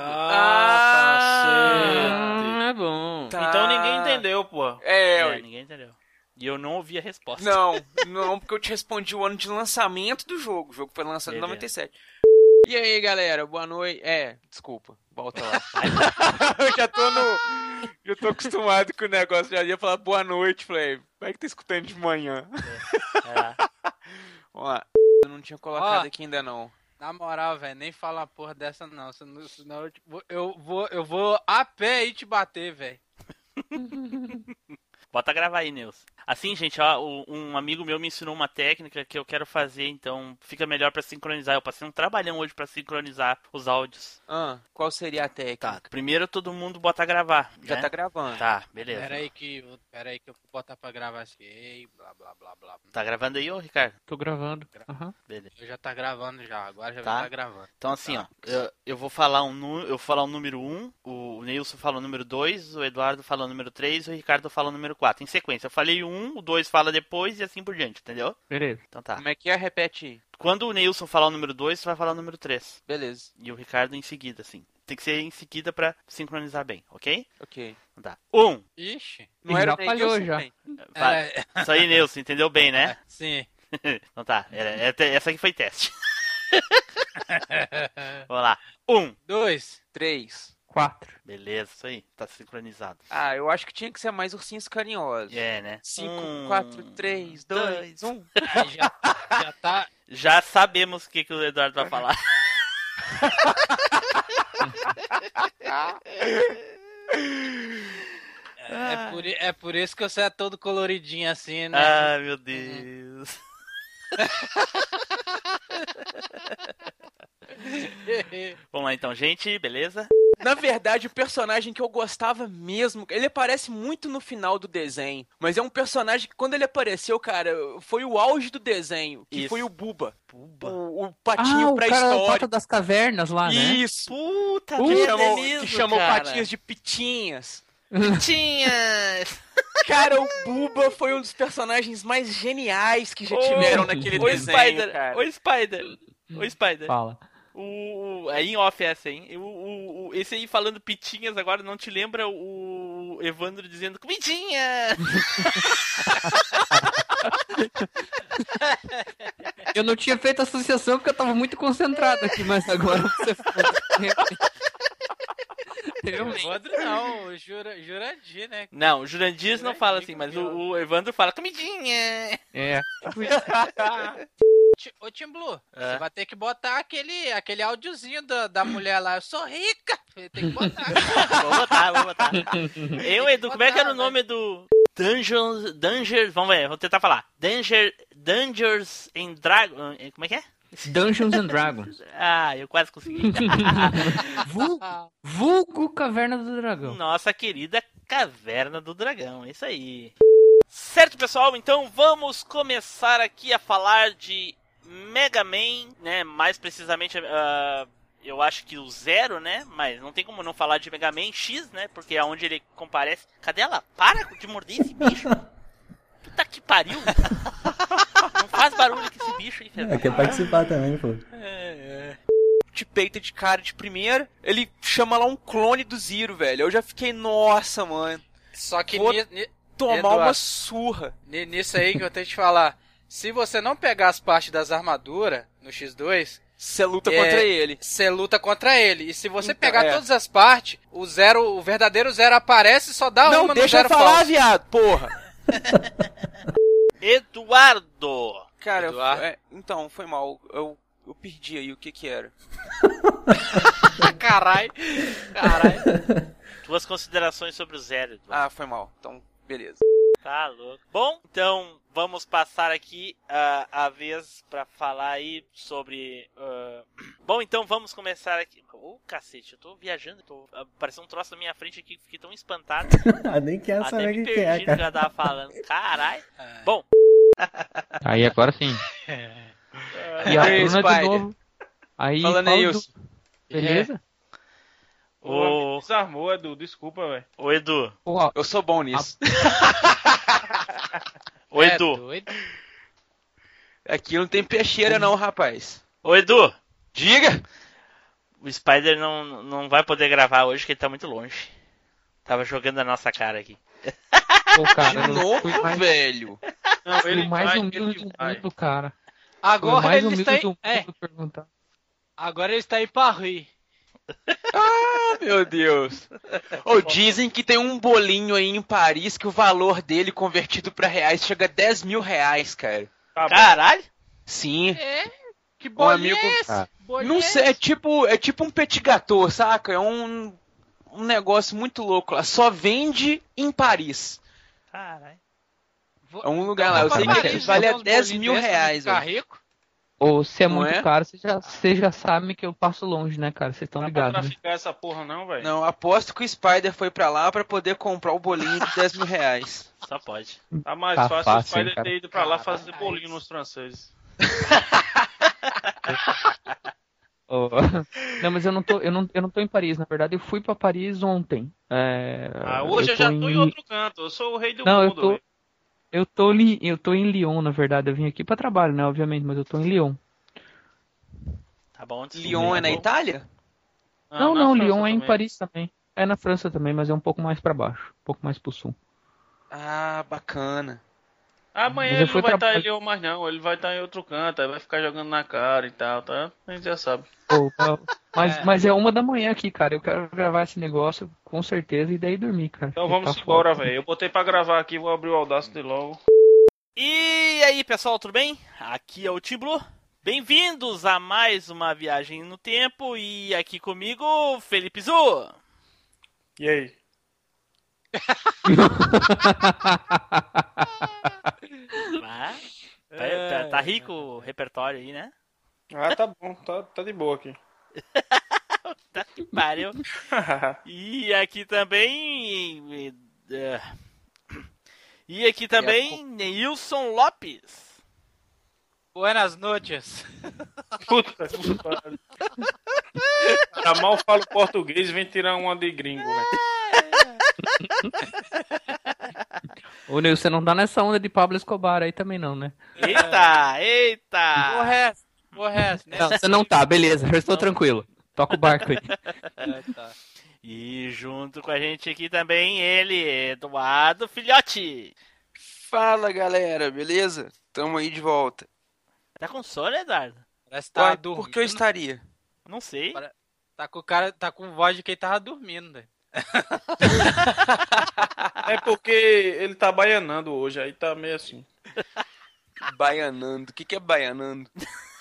Speaker 7: Ah,
Speaker 14: é bom.
Speaker 8: Então ninguém entendeu,
Speaker 11: pô.
Speaker 7: É,
Speaker 8: É,
Speaker 7: ué.
Speaker 8: ninguém entendeu. E eu não ouvi a resposta.
Speaker 7: Não, não, porque eu te respondi o ano de lançamento do jogo. O jogo foi lançado em
Speaker 8: Beleza.
Speaker 7: 97. E aí, galera, boa noite. É, desculpa, volta lá. eu já tô no. Já tô acostumado com o negócio. Já ia falar boa noite, falei. Como é que tá escutando de manhã?
Speaker 8: É.
Speaker 7: Vamos lá. Eu não tinha colocado
Speaker 5: Ó.
Speaker 7: aqui ainda não.
Speaker 5: Na moral, velho, nem fala uma porra dessa não. Senão, senão eu, te- vou- eu vou, eu vou a pé e te bater, velho.
Speaker 8: Bota gravar aí, Nils. Assim, gente, ó, o- um amigo meu me ensinou uma técnica que eu quero fazer, então fica melhor pra sincronizar. Eu passei um trabalhão hoje pra sincronizar os áudios.
Speaker 7: Ah, qual seria a técnica?
Speaker 8: Primeiro todo mundo bota gravar.
Speaker 7: Tá. Já
Speaker 8: Tá, né?
Speaker 7: tá gravando.
Speaker 8: Tá, beleza.
Speaker 5: Pera aí que, eu- pera aí que eu vou botar pra gravar assim. Ei, blá, blá, blá, blá.
Speaker 8: Tá gravando aí, ô Ricardo?
Speaker 14: Tô gravando.
Speaker 8: Beleza.
Speaker 5: Eu já tá gravando já, agora já
Speaker 8: Tá.
Speaker 5: tá gravando.
Speaker 8: Então assim, ó, eu, eu vou falar um nu- eu vou falar o número 1, o o Nilson fala o número 2, o Eduardo fala o número 3, o Ricardo fala o número 4. Em sequência, eu falei o 1, o 2 fala depois e assim por diante, entendeu?
Speaker 14: Beleza.
Speaker 8: Então tá.
Speaker 7: Como é que é? Repete.
Speaker 8: Quando o Nilson falar o número 2, você vai falar o número 3.
Speaker 7: Beleza.
Speaker 8: E o Ricardo em seguida, assim. Tem que ser em seguida pra sincronizar bem, ok?
Speaker 7: Ok.
Speaker 8: Então Tá. Um.
Speaker 5: Ixi,
Speaker 8: Não era o Ney Wilson, bem. Vai.
Speaker 5: É.
Speaker 8: Isso aí, Nilson, entendeu bem, né?
Speaker 5: Sim.
Speaker 8: então tá. Era- era- essa aqui foi teste. Vamos lá. Um.
Speaker 5: Dois.
Speaker 7: Três.
Speaker 14: Quatro.
Speaker 8: Beleza, isso aí. Tá sincronizado.
Speaker 7: Ah, eu acho que tinha que ser mais ursinhos carinhosos.
Speaker 8: É, né?
Speaker 7: Cinco,
Speaker 5: Hum.
Speaker 8: Um,
Speaker 7: quatro, três, dois, um.
Speaker 5: já, tá.
Speaker 8: Já sabemos o que, que o Eduardo vai falar.
Speaker 5: É
Speaker 7: Ah.
Speaker 5: por, i- é por isso que você é todo coloridinho assim, né?
Speaker 8: Ah, meu Deus. Vamos lá então, gente, beleza?
Speaker 7: Na verdade, o personagem que eu gostava mesmo, ele aparece muito no final do desenho, mas é um personagem que quando ele apareceu, cara, foi o auge do desenho, que
Speaker 14: Isso.
Speaker 7: foi o Buba.
Speaker 8: Buba.
Speaker 7: O, o
Speaker 14: Ah,
Speaker 7: patinho
Speaker 14: o cara da
Speaker 7: pré-histórico.
Speaker 14: Pata das Cavernas lá, né?
Speaker 7: Isso.
Speaker 8: Puta,
Speaker 7: que
Speaker 14: merda,
Speaker 7: chamam,
Speaker 14: é mesmo,
Speaker 7: que chamam
Speaker 14: cara.
Speaker 7: patinhas de pitinhas. Pitinhas! cara, o Buba foi um dos personagens mais geniais que já tiveram naquele
Speaker 8: Ô,
Speaker 7: desenho,
Speaker 8: Spider,
Speaker 7: cara.
Speaker 8: ô Spider, ô Spider.
Speaker 14: Fala.
Speaker 8: O, o- aí em off essa, hein? O, o- o- esse aí falando pitinhas agora não te lembra o Evandro dizendo comidinha?
Speaker 14: Eu não tinha feito associação porque eu tava muito concentrado aqui, mas agora você
Speaker 5: Evandro um não, o Jura- Jurandir, né?
Speaker 8: Não, o Jurandir não fala assim, mas o, o Evandro fala comidinha.
Speaker 14: É.
Speaker 5: Ti- Ô, Tim Blue,
Speaker 8: É.
Speaker 5: você vai ter que botar aquele, aquele áudiozinho da, da mulher lá. Eu sou rica! Tem que botar.
Speaker 8: vou botar, vou botar. Eu, Edu, como é que era o nome do. Dungeons. Dangers. Vamos ver, vou tentar falar. Danger, Dangers and Dragons. Como é que é?
Speaker 14: Dungeons and Dragons.
Speaker 8: Ah, eu quase consegui.
Speaker 14: vulgo, vulgo Caverna do Dragão.
Speaker 8: Nossa querida Caverna do Dragão, é isso aí. Certo, pessoal, então vamos começar aqui a falar de Mega Man, né? Mais precisamente ah, eu acho que o zero, né? Mas não tem como não falar de Mega Man X, né? Porque é onde ele comparece. Cadê ela? Para de morder esse bicho! Puta que pariu! não faz barulho com esse bicho aí,
Speaker 4: É,
Speaker 8: velho.
Speaker 4: quer participar também, pô.
Speaker 7: É, é. Te peita de cara de primeira, ele chama lá um clone do Ziro, velho. Eu já fiquei, nossa, mano.
Speaker 5: Só que
Speaker 7: Vou
Speaker 5: ni- ni-
Speaker 7: tomar
Speaker 5: Eduardo,
Speaker 7: uma surra.
Speaker 5: ni- nisso aí que eu tenho que te falar. Se você não pegar as partes das armaduras no X2,
Speaker 7: você luta
Speaker 14: É.
Speaker 7: contra ele.
Speaker 5: Você luta contra ele. E se você pegar
Speaker 7: é.
Speaker 5: todas as partes, o zero, o verdadeiro zero aparece e só dá
Speaker 7: Não,
Speaker 5: uma
Speaker 7: deixa
Speaker 5: no
Speaker 7: eu
Speaker 5: zero
Speaker 7: falar,
Speaker 5: falso.
Speaker 7: viado, porra.
Speaker 8: Eduardo!
Speaker 7: Cara, eu- é, então, foi mal. Eu, eu perdi aí o que que era.
Speaker 5: Carai,
Speaker 8: carai. Tuas considerações sobre o zero, Eduardo.
Speaker 7: Ah, foi mal. Então, beleza.
Speaker 8: Tá louco. Bom, então vamos passar aqui ah, a vez pra falar aí sobre. ah, Bom, então vamos começar aqui. Ô, cacete, eu tô viajando, tô... ah, pareceu um troço na minha frente aqui, fiquei tão espantado.
Speaker 4: Ah, Nem quero
Speaker 8: Até
Speaker 14: Ah,
Speaker 4: saber o
Speaker 8: me
Speaker 4: que que é,
Speaker 8: perdi no que
Speaker 4: cara.
Speaker 8: eu tava falando. Caralho. Bom.
Speaker 14: Aí agora sim. E a
Speaker 8: Aí,
Speaker 14: Bruna de
Speaker 8: Spider.
Speaker 14: novo. Aí
Speaker 8: Fala,
Speaker 14: fala É. do-
Speaker 8: Neilson.
Speaker 14: Beleza?
Speaker 8: Ô,
Speaker 11: Desarmou, Edu, desculpa, velho.
Speaker 8: Ô, Edu.
Speaker 7: Eu sou bom nisso.
Speaker 8: Ô, É, Edu.
Speaker 7: Aqui não tem peixeira não, rapaz.
Speaker 8: Ô, Edu.
Speaker 7: Diga.
Speaker 8: O Spider não, não vai poder gravar hoje que ele tá muito longe. Tava jogando a nossa cara aqui.
Speaker 14: Pô, cara, eu
Speaker 7: novo,
Speaker 14: fui mais,
Speaker 7: velho.
Speaker 11: Não,
Speaker 14: fui mais um humilde do mundo, cara. Fui
Speaker 5: Agora
Speaker 14: mais um
Speaker 5: ele
Speaker 14: humilde
Speaker 5: está
Speaker 14: do
Speaker 5: em...
Speaker 14: mundo
Speaker 5: É,
Speaker 14: perguntar.
Speaker 5: agora ele está em Paris.
Speaker 7: Ah, meu Deus. Ou dizem que tem um bolinho aí em Paris que o valor dele convertido pra reais chega a 10 mil reais, cara.
Speaker 11: Tá
Speaker 8: Caralho.
Speaker 7: Sim.
Speaker 5: Que
Speaker 7: bolinho
Speaker 5: bolinho é esse? Bolinho
Speaker 7: Não
Speaker 5: é
Speaker 7: sei, é tipo, é tipo um petit gâteau, saca? É um, um negócio muito louco lá. Só vende em Paris.
Speaker 8: Caralho.
Speaker 7: É um lugar lá. Eu
Speaker 5: pra
Speaker 7: sei que
Speaker 5: Paris,
Speaker 7: vale
Speaker 5: jogar
Speaker 7: a
Speaker 5: uns
Speaker 7: 10
Speaker 5: bolinhos
Speaker 7: mil
Speaker 5: desse pra
Speaker 7: reais,
Speaker 5: ficar
Speaker 7: velho.
Speaker 14: Ou se é
Speaker 7: Não
Speaker 14: muito
Speaker 7: é?
Speaker 14: caro, você já, você já sabe que eu passo longe, né, cara? Vocês estão ligados, né?
Speaker 11: Ficar essa porra não, velho.
Speaker 7: Não, aposto que o Spider foi pra lá pra poder comprar o bolinho de 10 mil reais.
Speaker 8: Só pode.
Speaker 11: Tá mais
Speaker 14: Tá
Speaker 11: fácil,
Speaker 14: fácil,
Speaker 11: o Spider
Speaker 14: hein, cara.
Speaker 11: ter ido pra lá fazer bolinho nos franceses.
Speaker 14: Ô, Não, mas eu não, tô, eu, não, eu não tô em Paris, na verdade. Eu fui pra Paris ontem. É,
Speaker 11: Ah, hoje eu, já tô em outro canto, eu sou o rei do
Speaker 14: Não, eu
Speaker 11: mundo,
Speaker 14: tô.
Speaker 11: velho.
Speaker 14: Eu tô, li... eu tô em Lyon, na verdade. Eu vim aqui pra trabalho, né? Obviamente, mas eu tô em Lyon.
Speaker 8: Tá bom,
Speaker 7: Lyon é na Itália?
Speaker 14: né?
Speaker 11: Ah,
Speaker 14: não,
Speaker 7: na
Speaker 14: não,
Speaker 7: França
Speaker 14: Lyon é em
Speaker 7: também.
Speaker 14: Paris também. É na França também, mas é um pouco mais pra baixo, um pouco mais pro sul.
Speaker 7: Ah, bacana.
Speaker 14: Mas
Speaker 11: Amanhã
Speaker 14: eu
Speaker 11: ele não
Speaker 14: fui
Speaker 11: vai estar
Speaker 14: trabalhar-
Speaker 11: em Lyon mais não, ele vai estar em outro canto, aí vai ficar jogando na cara e tal, tá? A gente já sabe.
Speaker 14: Pô, mas, mas é uma da manhã aqui, cara. Eu quero gravar esse negócio com certeza e daí dormir, cara.
Speaker 11: Então
Speaker 14: Porque
Speaker 11: vamos
Speaker 14: tá
Speaker 11: embora,
Speaker 14: foda.
Speaker 11: velho. Eu botei pra gravar aqui, vou abrir o Audacity logo.
Speaker 8: E aí, pessoal, tudo bem? Aqui é o Tim Blue. Bem-vindos a mais uma viagem no tempo e aqui comigo, Felipe Zu.
Speaker 11: E aí?
Speaker 8: Ah, tá, tá- tá rico o repertório aí, né?
Speaker 11: Ah, tá bom, tá, tá de boa aqui.
Speaker 8: Tá que pariu. E aqui também. e, é, E aqui também, Neilson Lopes.
Speaker 5: Buenas noches.
Speaker 11: Puta que pariu. Tá mal falo português vem tirar uma de gringo,
Speaker 14: Ô, Nil, você não tá nessa onda de Pablo Escobar aí também, não, né?
Speaker 8: Eita, eita.
Speaker 5: O resto, o resto.
Speaker 6: né?
Speaker 14: Não, você não tá, beleza. Eu estou
Speaker 8: Não.
Speaker 14: tranquilo. Toca o barco aí.
Speaker 5: É, tá.
Speaker 8: E junto com a gente aqui também ele, Eduardo Filhote.
Speaker 7: Fala, galera, beleza? Tamo aí de volta.
Speaker 8: Tá com sono, Eduardo?
Speaker 5: Parece que
Speaker 7: Uai,
Speaker 5: tava
Speaker 7: por
Speaker 5: dormindo.
Speaker 7: que eu estaria?
Speaker 8: Não sei.
Speaker 5: Tá com o cara, tá com voz de quem tava dormindo, né?
Speaker 11: É porque ele tá baianando hoje, aí tá meio assim.
Speaker 7: Baianando. O que, que é baianando?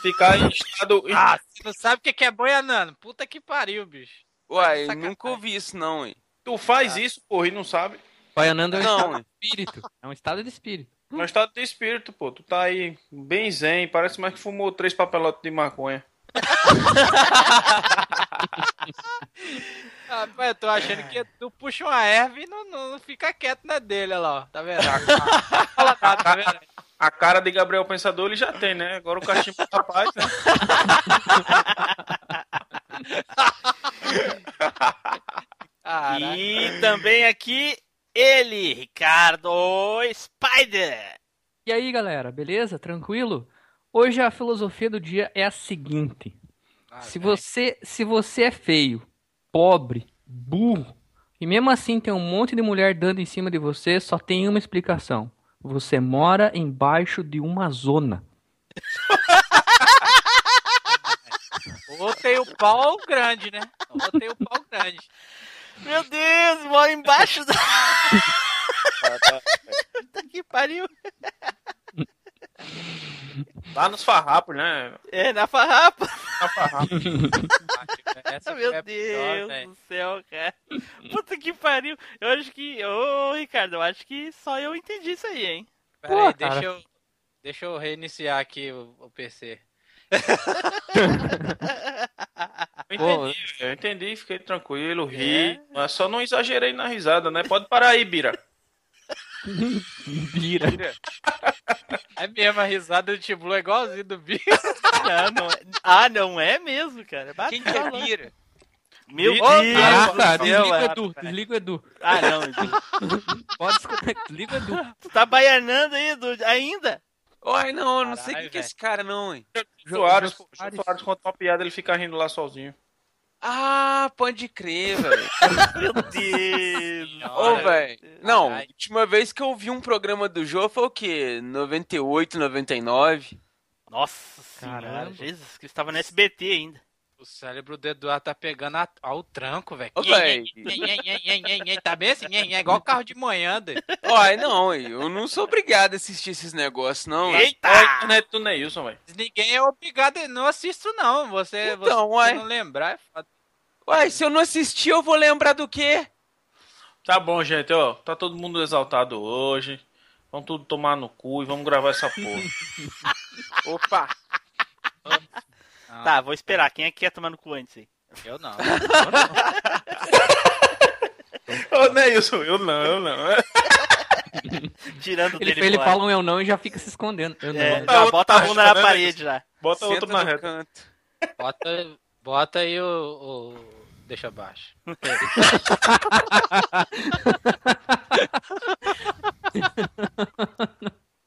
Speaker 11: Ficar em estado.
Speaker 5: Ah, você não sabe o que que é boianando. Puta que pariu, bicho. Tá
Speaker 7: Uai, nunca ouvi isso, não, hein?
Speaker 11: Tu faz isso, porra, e não sabe.
Speaker 14: Baianando é um
Speaker 11: Não,
Speaker 14: estado
Speaker 11: hein?
Speaker 14: de espírito. É um estado de espírito.
Speaker 11: É um estado de espírito, pô. Tu tá aí bem zen, parece mais que fumou três papelotes de maconha.
Speaker 5: Ah, pô, eu tô achando que tu puxa uma erva e não, não, não fica quieto na dele, olha lá, ó. Tá vendo? tá
Speaker 11: A cara de Gabriel tá Pensador ele já tem, né? Agora o cachimbo do rapaz, né?
Speaker 8: E também aqui ele, Ricardo Spider.
Speaker 14: E aí, galera, beleza? Tranquilo? Hoje a filosofia do dia é a seguinte: se você se você é feio, pobre, burro e mesmo assim tem um monte de mulher dando em cima de você, só tem uma explicação: você mora embaixo de uma zona.
Speaker 5: Ou tem o pau grande, né? Ou tem o pau grande.
Speaker 8: Meu Deus, mora embaixo da. Puta que pariu.
Speaker 11: Lá nos farrapos, né?
Speaker 8: É, na farrapa.
Speaker 11: Na farrapa.
Speaker 5: Essa
Speaker 8: Meu
Speaker 5: é pior,
Speaker 8: Deus
Speaker 5: velho.
Speaker 8: do céu, cara. Puta que pariu. Eu acho que. Ô, Ricardo, eu acho que só eu entendi isso aí, hein?
Speaker 5: Pera aí,
Speaker 8: Pô, cara.
Speaker 5: deixa eu, deixa eu reiniciar aqui o, o PC.
Speaker 11: Eu entendi, eu entendi, fiquei tranquilo, ri. Mas só não exagerei na risada, né? Pode parar aí, Bira.
Speaker 14: Bira.
Speaker 5: É mesmo, a risada do Tiblu é igualzinho do Bira.
Speaker 8: Não, não é. Ah, não é mesmo, cara. Quem que é Bira? Meu
Speaker 14: Ô,
Speaker 8: Deus
Speaker 14: caraca,
Speaker 8: do céu,
Speaker 14: desliga o
Speaker 8: cara.
Speaker 14: Edu, desliga o Edu.
Speaker 8: Ah, não, Edu.
Speaker 14: Pode desconectar, desliga o Edu.
Speaker 8: Tu tá baianando aí, Edu, ainda?
Speaker 7: Oi, não, eu não sei o que, que é esse cara, não, hein?
Speaker 11: Soares, pô, Jô Soares conta uma piada, ele fica rindo lá sozinho.
Speaker 7: Ah, pode crer, velho.
Speaker 8: Meu Deus.
Speaker 7: Ô, velho. Não, a última vez que eu vi um programa do Jô foi o quê? 98, 99?
Speaker 8: Nossa senhora, Jesus, que estava no SBT ainda.
Speaker 5: O cérebro do Eduardo tá pegando a- ao tranco, velho.
Speaker 7: Ô, véi.
Speaker 5: Tá bem assim? É igual carro de manhã, doido.
Speaker 7: Olha, não, eu não sou obrigado a assistir esses negócios,
Speaker 11: Então,
Speaker 7: não.
Speaker 5: Eita!
Speaker 7: Olha
Speaker 11: é
Speaker 7: a
Speaker 11: né?
Speaker 7: internet do Neilson, velho.
Speaker 5: Ninguém é obrigado, eu não assisto não. Você,
Speaker 7: Então,
Speaker 5: você
Speaker 7: uai.
Speaker 5: não lembrar é foda.
Speaker 7: Uai, se eu não assistir, eu vou lembrar do quê?
Speaker 11: Tá bom, gente, ó. Tá todo mundo exaltado hoje. Vamos tudo tomar no cu e vamos gravar essa porra.
Speaker 7: Opa!
Speaker 8: Tá, vou esperar. Quem é que quer tomar no cu antes aí?
Speaker 5: Eu não.
Speaker 11: Ô, Neilson, eu não, eu não.
Speaker 8: Tirando
Speaker 14: Ele,
Speaker 8: dele
Speaker 14: ele
Speaker 8: pro
Speaker 14: fala
Speaker 8: ar.
Speaker 14: um eu não e já fica se escondendo. Eu não.
Speaker 8: É, já bota a bunda na parede já.
Speaker 11: né, Bota outro na reta.
Speaker 5: Bota, bota aí o, o- Deixa abaixo.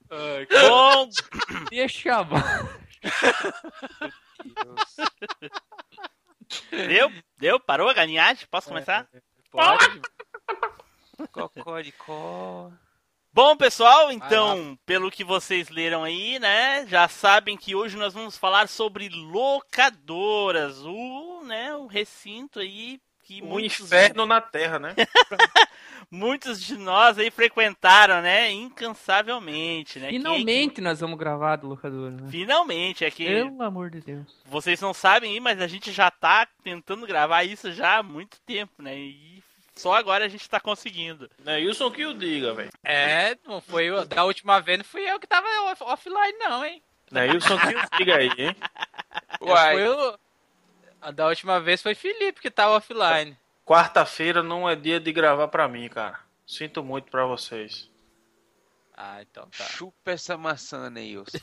Speaker 8: Ai, cara. Bom.
Speaker 14: Deixa abaixo.
Speaker 8: Deu? Deu? Parou a galinhagem? Posso
Speaker 5: É,
Speaker 8: começar?
Speaker 7: Pode. Cocoricó.
Speaker 8: Bom, pessoal, então, pelo que vocês leram aí, né? Já sabem que hoje nós vamos falar sobre locadoras, o, né, o recinto aí que
Speaker 11: Um
Speaker 8: muitos,
Speaker 11: inferno na terra, né?
Speaker 8: muitos de nós aí frequentaram, né, incansavelmente, né? Quem-
Speaker 14: Finalmente nós vamos gravar do locador. Né?
Speaker 8: Finalmente, é que
Speaker 14: Pelo amor de Deus.
Speaker 8: vocês não sabem aí, mas a gente já tá tentando gravar isso já há muito tempo, né? E só agora a gente tá conseguindo.
Speaker 11: Neilson que o diga, velho.
Speaker 5: É, não foi eu. Da última vez não fui eu que tava off- offline, não, hein?
Speaker 11: Neilson que o diga aí, hein?
Speaker 5: Uai. Foi o- a da última vez foi Felipe que tava offline.
Speaker 11: Quarta-feira não é dia de gravar pra mim, cara. Sinto muito pra vocês.
Speaker 5: Ah, então tá.
Speaker 7: Chupa essa maçã, Neilson.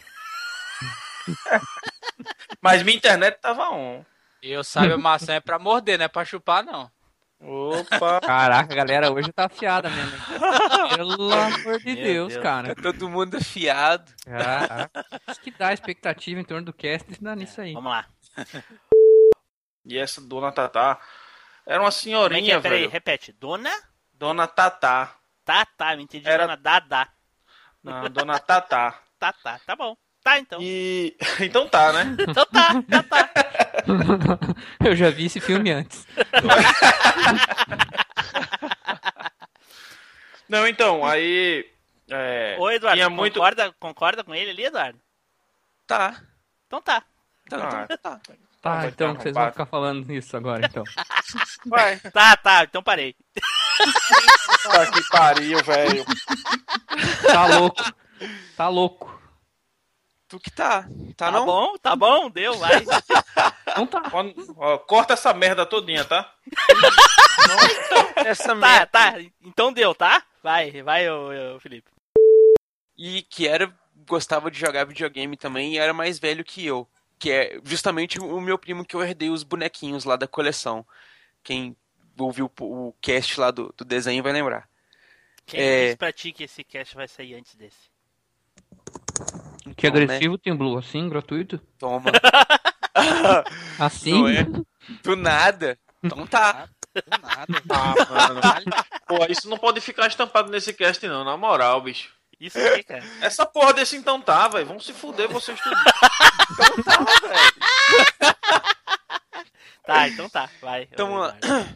Speaker 11: Mas minha internet tava on.
Speaker 5: E eu sabe, a maçã é pra morder, não é pra chupar, não.
Speaker 11: Opa!
Speaker 14: Caraca, a galera hoje tá afiada mesmo. hein? Pelo amor de
Speaker 7: Meu
Speaker 14: Deus,
Speaker 7: Deus.
Speaker 14: cara.
Speaker 7: Todo mundo afiado.
Speaker 14: Caraca. Isso que dá expectativa em torno do cast isso dá nisso aí.
Speaker 8: Vamos lá.
Speaker 11: E essa dona Tatá era
Speaker 8: Como
Speaker 11: uma
Speaker 8: é que
Speaker 11: senhorinha,
Speaker 8: é? Peraí,
Speaker 11: velho.
Speaker 8: repete. Dona?
Speaker 11: Dona Tatá.
Speaker 8: Tatá, me entendi.
Speaker 11: Era-
Speaker 8: Dona Dadá.
Speaker 11: Não, dona Tatá.
Speaker 8: Tatá, tá bom. Tá, então.
Speaker 11: E. Então tá, né?
Speaker 8: Então tá, tá, tá.
Speaker 14: Eu já vi esse filme antes.
Speaker 11: Não, então, aí. É,
Speaker 8: Ô, Eduardo,
Speaker 11: tinha muito.
Speaker 8: concorda, concorda com ele ali, Eduardo?
Speaker 7: Tá.
Speaker 8: Então tá.
Speaker 7: Tá, tá.
Speaker 14: Tá,
Speaker 8: Vai
Speaker 14: então
Speaker 8: dar
Speaker 14: que vocês vão
Speaker 8: arrombado.
Speaker 14: ficar falando nisso agora, então.
Speaker 8: Tá, tá, então parei.
Speaker 11: Puta que pariu, velho.
Speaker 14: Tá louco. Tá louco.
Speaker 7: Tu que tá. Tá,
Speaker 8: não? bom, tá bom, deu, vai.
Speaker 14: Então tá.
Speaker 11: Quando- ó, corta essa merda todinha, tá?
Speaker 7: Essa
Speaker 8: tá, tá, então deu, tá? Vai, vai, ô, ô, Felipe.
Speaker 7: E que era. Gostava de jogar videogame também e era mais velho que eu. que é justamente o meu primo que eu herdei os bonequinhos lá da coleção. Quem ouviu o, o cast lá do, do desenho vai lembrar.
Speaker 8: Quem
Speaker 7: É.
Speaker 8: diz pra ti que esse cast vai sair antes desse?
Speaker 17: Que é
Speaker 7: Então,
Speaker 17: agressivo tem Blue, assim, gratuito?
Speaker 7: Toma.
Speaker 17: assim?
Speaker 7: Não é? Do nada. Então tá.
Speaker 11: Ah, mano. Pô, isso não pode ficar estampado nesse cast, não, na moral, bicho.
Speaker 8: Isso aí, cara.
Speaker 11: Essa porra desse então tá, velho. Vão se fuder vocês tudo.
Speaker 8: Tá, então tá, vai.
Speaker 7: Então
Speaker 8: Eu-
Speaker 7: vamos lá.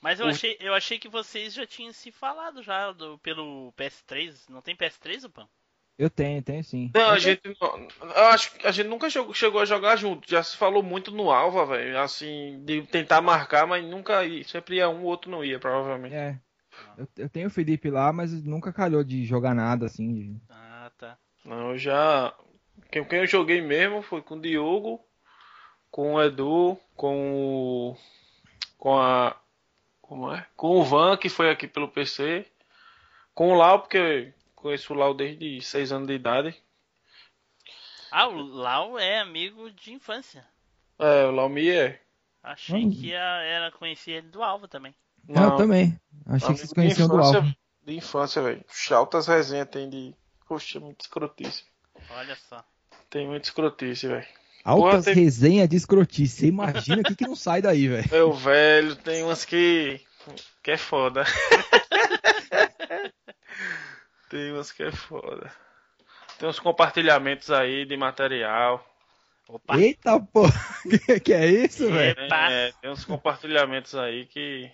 Speaker 8: Mas eu
Speaker 7: O-
Speaker 8: achei, eu achei que vocês já tinham se falado já do, pelo PS3. Não tem PS3, Upan?
Speaker 18: Eu tenho, tenho sim.
Speaker 11: Não, a gente. não- eu acho que a gente nunca jogou- chegou a jogar junto. Já se falou muito no Alva, velho. Assim, de tentar marcar, mas nunca ia. Sempre ia um, o outro não ia, provavelmente.
Speaker 18: É. Eu, eu tenho o Felipe lá, mas nunca calhou de jogar nada assim. de-
Speaker 8: Ah, tá.
Speaker 11: Não, eu já. Quem, quem eu joguei mesmo foi com o Diogo, com o Edu, com o. Com a. Como é? Com o Van, que foi aqui pelo PC. Com o Lau, porque eu conheço o Lau desde 6 anos de idade.
Speaker 8: Ah, o Lau é amigo de infância.
Speaker 11: É, o Lau me é.
Speaker 8: Achei que a- era conhecia ele do Alvo também.
Speaker 18: Ah, eu também. Achei
Speaker 11: Amigo
Speaker 18: que vocês conheciam
Speaker 11: de
Speaker 18: do
Speaker 11: infância,
Speaker 18: Alvo.
Speaker 11: De infância, velho. Altas resenhas tem de. Poxa, muito escrotice.
Speaker 8: Olha só.
Speaker 11: Tem muito escrotice, velho.
Speaker 18: Altas
Speaker 11: Porra, tem-
Speaker 18: resenhas de escrotice. Você imagina que, que não sai daí, velho.
Speaker 11: Meu velho, tem umas que. que é foda. tem umas que é foda. Tem uns compartilhamentos aí de material.
Speaker 18: Eita, pô. Que, que é isso, velho?
Speaker 11: É, tem uns compartilhamentos aí que.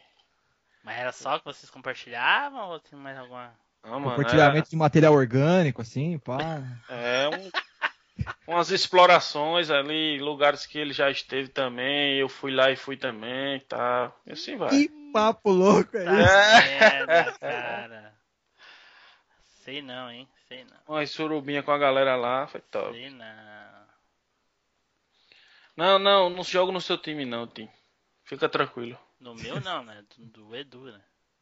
Speaker 8: Mas era só que vocês compartilhavam ou tem mais alguma?
Speaker 11: Não, ah, mano,
Speaker 18: Compartilhamento de material orgânico, assim, pá.
Speaker 11: É, é um- umas explorações ali, lugares que ele já esteve também. Eu fui lá e fui também, tá? E assim vai. É.
Speaker 18: Que papo louco é
Speaker 8: merda,
Speaker 18: isso?
Speaker 8: Tá cara. Sei não, hein? Sei não.
Speaker 11: Uma surubinha com a galera lá, foi top.
Speaker 8: Sei não.
Speaker 11: Não, não, não jogo no seu time não, Tim. Fica tranquilo.
Speaker 8: No meu não, né? Do, do Edu, né?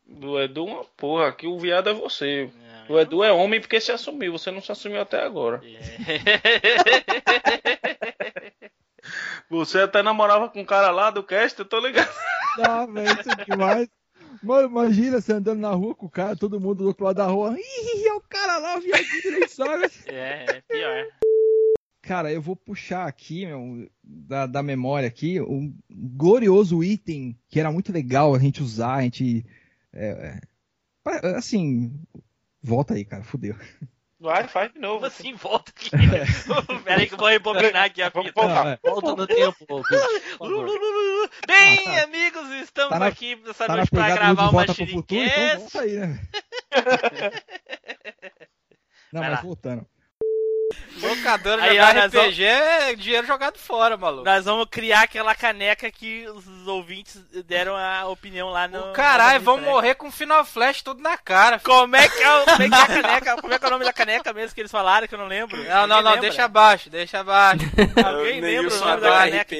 Speaker 11: Do Edu, uma porra, aqui o viado é você. o Edu é homem porque se assumiu, você não se assumiu até agora.
Speaker 7: É.
Speaker 11: você até namorava com um cara lá do cast, eu tô ligado.
Speaker 18: Não, velho, isso é demais. Mano, imagina você andando na rua com o cara, todo mundo do outro lado da rua. Ih, é o cara lá, o viadinho direito sabe?
Speaker 8: É, é pior.
Speaker 18: Cara, eu vou puxar aqui, meu, da, da memória aqui, um glorioso item que era muito legal a gente usar, a gente. é, é, pa- assim. Volta aí, cara, fudeu.
Speaker 11: Vai, faz de novo.
Speaker 8: assim, volta aqui. Pera aí que eu vou rebobinar aqui a fita.
Speaker 7: é
Speaker 18: voltar.
Speaker 8: Volta no tempo. Bem, amigos, estamos
Speaker 18: Tá na-
Speaker 8: aqui nessa
Speaker 18: tá na
Speaker 8: noite para
Speaker 18: pegada do De
Speaker 8: gravar uma
Speaker 18: Volta pro Futuro, então
Speaker 8: xiriquez.
Speaker 18: volta aí, né? Não,
Speaker 8: Vai
Speaker 18: mas
Speaker 8: lá.
Speaker 18: voltando.
Speaker 5: Locadora
Speaker 8: Aí, ó,
Speaker 5: jogar
Speaker 8: nós vamos-
Speaker 5: RPG é dinheiro jogado fora, maluco.
Speaker 8: Nós vamos criar aquela caneca que os ouvintes deram a opinião lá no.
Speaker 5: Caralho,
Speaker 8: no
Speaker 5: vão morrer com Final Flash tudo na cara. Como
Speaker 8: é que é, o, como é que é a caneca? Como é que é o nome da caneca mesmo que eles falaram que eu não lembro?
Speaker 5: Não, não, não, deixa abaixo, deixa abaixo.
Speaker 8: Alguém lembra o nome da caneca?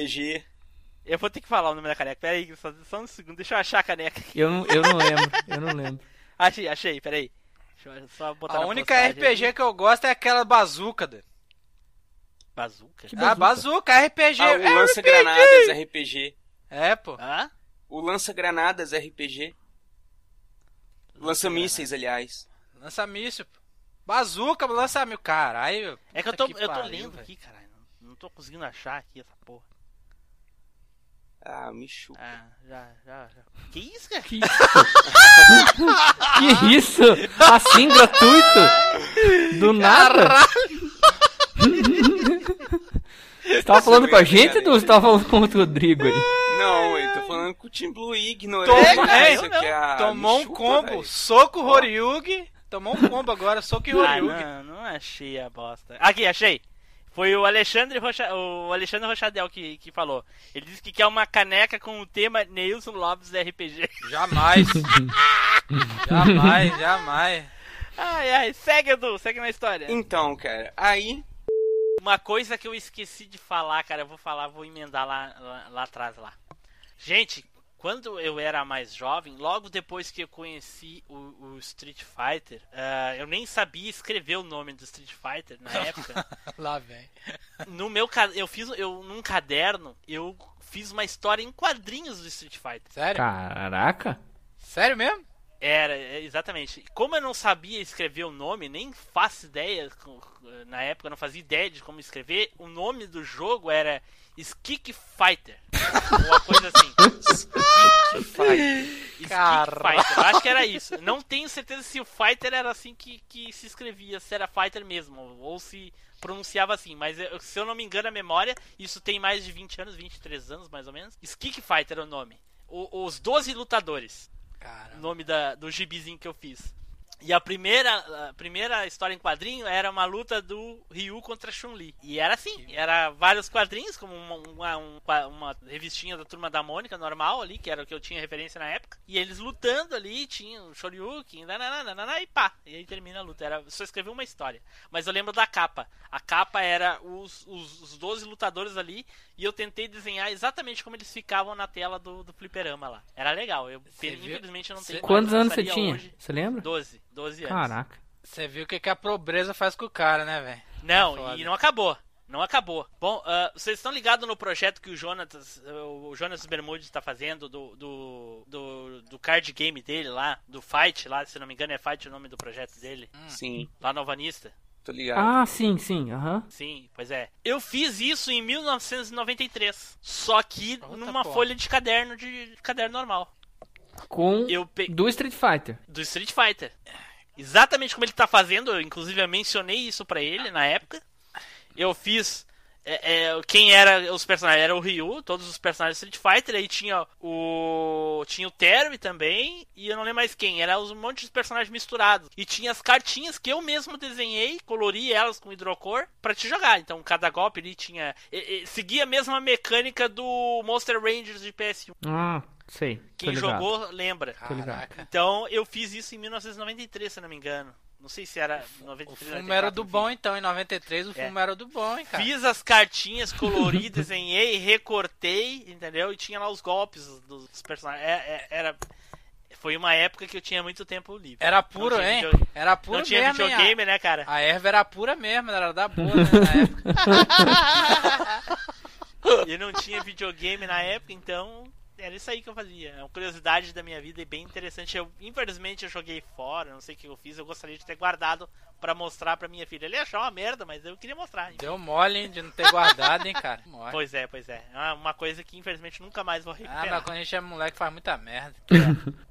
Speaker 8: Eu vou ter que falar o nome da caneca. Pera aí, só, só um segundo, deixa eu achar a caneca. aqui.
Speaker 14: Eu, não- eu não lembro, eu não lembro.
Speaker 8: Achei, achei, pera aí. Deixa eu só botar
Speaker 5: A
Speaker 8: na
Speaker 5: única
Speaker 8: postagem
Speaker 5: RPG
Speaker 8: aqui.
Speaker 5: que eu gosto é aquela bazuca. doido.
Speaker 8: Bazuca?
Speaker 5: Ah, bazuca, RPG.
Speaker 7: Ah,
Speaker 5: é
Speaker 7: o lança-granadas RPG.
Speaker 5: É, pô.
Speaker 8: Hã?
Speaker 7: O lança-granadas RPG. Lança-mísseis, aliás.
Speaker 5: Lança míssil, pô. Bazuca, lança míssil. Caralho.
Speaker 8: É que eu
Speaker 5: puta
Speaker 8: tô, eu tô
Speaker 5: pariu,
Speaker 8: lendo
Speaker 5: velho.
Speaker 8: aqui, caralho. Não, não tô conseguindo achar aqui essa porra.
Speaker 7: Ah, me chupa.
Speaker 8: Ah, já, já, já. Que isso, cara?
Speaker 14: Que Que isso? Assim, gratuito? Do nada? Você tava falando com a gente, Edu? Você tava falando com o Rodrigo aí?
Speaker 7: Não, eu tô falando com o Team Blue ignorante.
Speaker 5: Tomou,
Speaker 7: cara,
Speaker 5: é,
Speaker 7: isso aqui é a-
Speaker 5: tomou
Speaker 7: me
Speaker 5: um
Speaker 7: chupa,
Speaker 5: combo.
Speaker 7: velho.
Speaker 5: Soco Horiyugi. Tomou um combo agora, soco e
Speaker 8: Ah,
Speaker 5: Horiyugi.
Speaker 8: não, não achei a bosta. Aqui, achei. Foi o Alexandre, Rocha... o Alexandre Rochadel que, que falou. Ele disse que quer uma caneca com o tema Nelson Lopes RPG.
Speaker 5: Jamais. jamais, jamais.
Speaker 8: Ai, ai, segue, Edu, segue na história.
Speaker 7: Então, cara, aí.
Speaker 8: Uma coisa que eu esqueci de falar, cara, eu vou falar, vou emendar lá, lá, lá atrás lá. Gente, Quando eu era mais jovem, logo depois que eu conheci o, o Street Fighter, ah, eu nem sabia escrever o nome do Street Fighter na época.
Speaker 5: Lá vem.
Speaker 8: No meu ca- eu fiz eu num caderno, eu fiz uma história em quadrinhos do Street Fighter.
Speaker 5: Sério?
Speaker 14: Caraca.
Speaker 5: Sério mesmo?
Speaker 8: Era, é, exatamente. Como eu não sabia escrever o nome, nem faço ideia, co- na época eu não fazia ideia de como escrever, o nome do jogo era Skick Fighter. Uma coisa assim. Skick Fighter. Skick
Speaker 5: Caralho.
Speaker 8: Fighter. Eu acho que era isso. Não tenho certeza se o Fighter era assim que, que se escrevia, se era Fighter mesmo, ou se pronunciava assim. Mas eu- se eu não me engano a memória, isso tem mais de 20 anos, 23 anos mais ou menos. Skick Fighter é o nome. O- os 12 lutadores. O nome da- do gibizinho que eu fiz. E a primeira, a primeira história em quadrinho era uma luta do Ryu contra Chun-Li. E era assim, era vários quadrinhos, como uma, uma, um qua- uma revistinha da Turma da Mônica normal ali, que era o que eu tinha referência na época. E eles lutando ali, tinha o Shoryuken, nananana, e pá. E aí termina a luta. Era, só escrevi uma história. Mas eu lembro da capa. A capa era os, os, os 12 lutadores ali, e eu tentei desenhar exatamente como eles ficavam na tela do, do fliperama lá. Era legal. Eu, infelizmente, eu não tenho mais,
Speaker 14: Quantos
Speaker 8: eu
Speaker 14: anos você
Speaker 8: gostaria
Speaker 14: tinha?
Speaker 8: hoje.
Speaker 14: Você lembra?
Speaker 8: 12. 12 anos.
Speaker 14: Caraca.
Speaker 5: Você viu o que, que a pobreza faz com o cara, né, velho?
Speaker 8: Não, e não acabou. Não acabou. Bom, ah, vocês estão ligados no projeto que o Jonas, o Jonas Bermudes está fazendo do, do, do, do card game dele lá, do Fight lá, se não me engano é Fight o nome do projeto dele.
Speaker 7: Sim.
Speaker 8: Lá no Alvanista.
Speaker 7: Tô
Speaker 14: Ah, sim, sim, aham.
Speaker 8: Sim, pois é. Eu fiz isso em 1993, só que numa
Speaker 14: porra.
Speaker 8: folha de caderno de de caderno normal.
Speaker 14: Com do Street Fighter.
Speaker 8: do Street Fighter. Exatamente como ele tá fazendo, eu, inclusive eu mencionei isso pra ele na época. Eu fiz é, é, quem era os personagens era o Ryu, todos os personagens do Street Fighter, aí tinha o tinha o Terry também e eu não lembro mais quem, era um monte de personagens misturados. E tinha as cartinhas que eu mesmo desenhei, colori elas com hidrocor pra te jogar. Então cada golpe ali tinha e- e- seguia a mesma mecânica do Monster Rangers de PS1.
Speaker 14: Ah, sei. tô
Speaker 8: Quem
Speaker 14: ligado.
Speaker 8: jogou lembra.
Speaker 14: Tô ligado.
Speaker 8: Então eu fiz isso em 1993, se não me engano. Não sei se era 93.
Speaker 5: O fumo era do bom, então. Em 93, o
Speaker 8: É.
Speaker 5: fumo era do bom, hein, cara.
Speaker 8: Fiz as cartinhas, colori, desenhei, recortei, entendeu? E tinha lá os golpes dos dos personagens. É- é- Era. Foi uma época que eu tinha muito tempo livre.
Speaker 5: Era puro,
Speaker 8: Não tinha
Speaker 5: hein?
Speaker 8: video-
Speaker 5: Era puro
Speaker 8: Não tinha
Speaker 5: mesmo, hein,
Speaker 8: videogame,
Speaker 5: É, a-
Speaker 8: né, cara?
Speaker 5: A erva era pura mesmo, era da boa, né, na época.
Speaker 8: e não tinha videogame na época, então era isso aí que eu fazia. É uma curiosidade da minha vida e bem interessante. Eu, infelizmente, eu joguei fora, não sei o que eu fiz. Eu gostaria de ter guardado pra mostrar pra minha filha. Ele ia achar uma merda, mas eu queria mostrar. enfim.
Speaker 5: Deu mole, hein, de não ter guardado, hein, cara. Mole.
Speaker 8: Pois é, pois é. É uma- uma coisa que infelizmente nunca mais vou
Speaker 5: Ah,
Speaker 8: recuperar.
Speaker 5: mas quando a gente é moleque faz muita merda.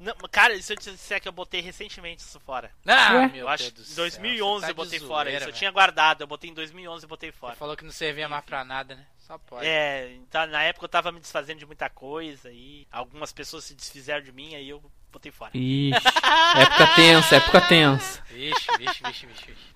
Speaker 8: Não, cara, e se eu te disser que eu botei recentemente isso fora?
Speaker 5: Ah,
Speaker 8: Eu
Speaker 5: meu
Speaker 8: acho
Speaker 5: Deus do
Speaker 8: que
Speaker 5: céu,
Speaker 8: 2011
Speaker 5: você tá
Speaker 8: eu botei
Speaker 5: de
Speaker 8: fora
Speaker 5: zoeira,
Speaker 8: isso. Eu
Speaker 5: velho.
Speaker 8: tinha guardado, eu botei em 2011 e botei fora.
Speaker 5: Falou que não servia mais pra nada, né? Só pode.
Speaker 8: É, então, na época eu tava me desfazendo de muita coisa e algumas pessoas se desfizeram de mim, aí eu botei fora.
Speaker 14: Ixi, época tensa, época tensa.
Speaker 5: Vixe, vixe, vixe, vixe. vixe.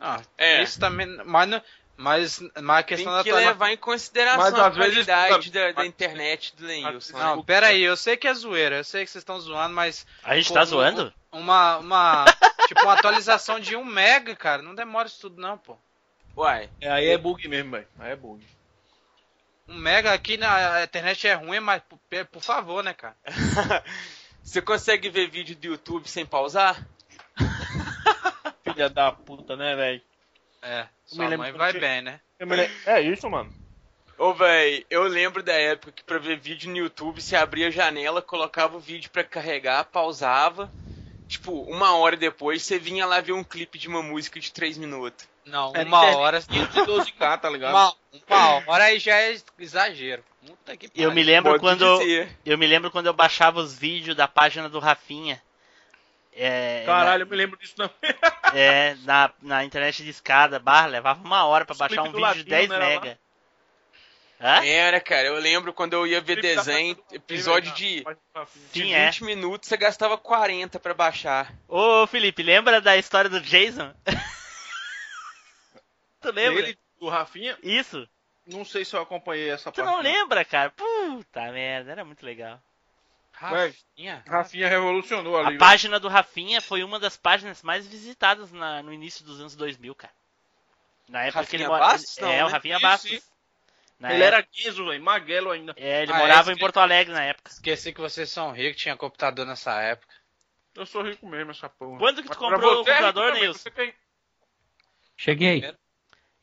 Speaker 11: Ah,
Speaker 5: É.
Speaker 11: isso também. Mas, não- mas, mas a
Speaker 7: Tem
Speaker 11: questão da
Speaker 7: que
Speaker 11: tua-
Speaker 7: levar em consideração
Speaker 11: Mas
Speaker 7: a
Speaker 11: às vezes-
Speaker 7: qualidade da, da internet do Lenilson. né?
Speaker 5: Não, pera aí, eu sei que é zoeira, eu sei que vocês estão zoando, mas.
Speaker 8: A gente
Speaker 5: pô,
Speaker 8: tá
Speaker 5: um-
Speaker 8: zoando?
Speaker 5: Uma. uma tipo, uma atualização de 1 mega, cara, não demora isso tudo, não, pô.
Speaker 7: Uai.
Speaker 11: É, aí é bug mesmo, velho. Aí é bug.
Speaker 5: 1 mega aqui na internet é ruim, mas por, pe- por favor, né, cara?
Speaker 7: Você consegue ver vídeo do YouTube sem pausar?
Speaker 11: Filha da puta, né, velho?
Speaker 5: É,
Speaker 7: sua mãe vai bem, né?
Speaker 11: É isso, mano.
Speaker 7: Ô, véi, eu lembro da época que pra ver vídeo no YouTube, você abria a janela, colocava o vídeo pra carregar, pausava. Tipo, uma hora depois, você vinha lá ver um clipe de uma música de três minutos.
Speaker 5: Não,
Speaker 7: Era
Speaker 5: uma
Speaker 7: internet
Speaker 5: hora.
Speaker 11: 512k, tá ligado?
Speaker 5: Uma, uma hora aí já é exagero. Puta que
Speaker 8: Eu me lembro quando eu me lembro quando eu baixava os vídeos da página do Rafinha. É,
Speaker 11: Caralho, eu me lembro disso também.
Speaker 8: Na, é, na, na internet de escada, barra, levava uma hora pra baixar
Speaker 7: clipe
Speaker 8: um
Speaker 7: do
Speaker 8: vídeo de 10
Speaker 7: Latino, não era lá?
Speaker 8: mega. Hã?
Speaker 7: Era, cara, eu lembro quando eu ia ver desenho, episódio de, de
Speaker 8: Sim, é.
Speaker 7: 20 minutos, você gastava 40 pra baixar.
Speaker 8: Ô, Felipe, lembra da história do Jason? tu lembra?
Speaker 11: Ele, o Rafinha?
Speaker 8: Isso.
Speaker 11: Não sei se eu acompanhei essa
Speaker 8: Tu não lembra, cara? Puta merda, era muito legal.
Speaker 11: Rafinha? Rafinha revolucionou
Speaker 8: A
Speaker 11: ali.
Speaker 8: página do Rafinha foi uma das páginas mais visitadas na- no início dos anos 2000, cara. Na época que ele
Speaker 11: Rafinha
Speaker 8: mora...
Speaker 11: Bastos, não,
Speaker 8: é, o
Speaker 11: né?
Speaker 8: Rafinha
Speaker 11: Isso,
Speaker 8: Bastos.
Speaker 11: isso.
Speaker 8: Na
Speaker 11: ele era Ah,
Speaker 8: época-
Speaker 11: guiso, velho, magrelo ainda.
Speaker 8: É, ele morava em Porto Alegre na época.
Speaker 5: Esqueci que vocês são ricos, tinha computador nessa época.
Speaker 11: Eu sou rico mesmo, essa porra.
Speaker 8: Quando que tu
Speaker 11: Mas
Speaker 8: comprou
Speaker 11: pra
Speaker 8: o
Speaker 11: você é rico
Speaker 8: computador,
Speaker 11: também,
Speaker 8: Nilson?
Speaker 11: Você tem-
Speaker 14: Cheguei.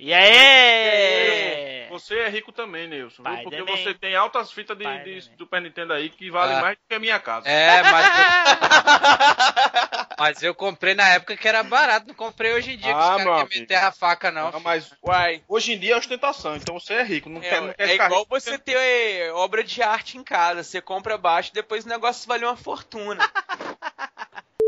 Speaker 8: E aí?
Speaker 11: Você é rico também, Nilson. viu?
Speaker 8: Pai
Speaker 11: Porque
Speaker 8: também.
Speaker 11: você tem altas fitas de,
Speaker 8: Pai
Speaker 11: de Super Nintendo aí que valem
Speaker 5: Ah.
Speaker 11: mais do que a minha casa.
Speaker 5: É, mas. mas eu comprei na época que era barato, não comprei hoje em dia, que
Speaker 11: Ah,
Speaker 5: os
Speaker 11: meu
Speaker 5: caras querem meter a faca, não.
Speaker 11: Não, mas hoje em dia é ostentação, então você é rico. Não quer, não quer
Speaker 7: É, é
Speaker 11: ficar
Speaker 7: igual
Speaker 11: rico.
Speaker 7: você ter é, obra de arte em casa. Você compra baixo, depois o negócio vale uma fortuna.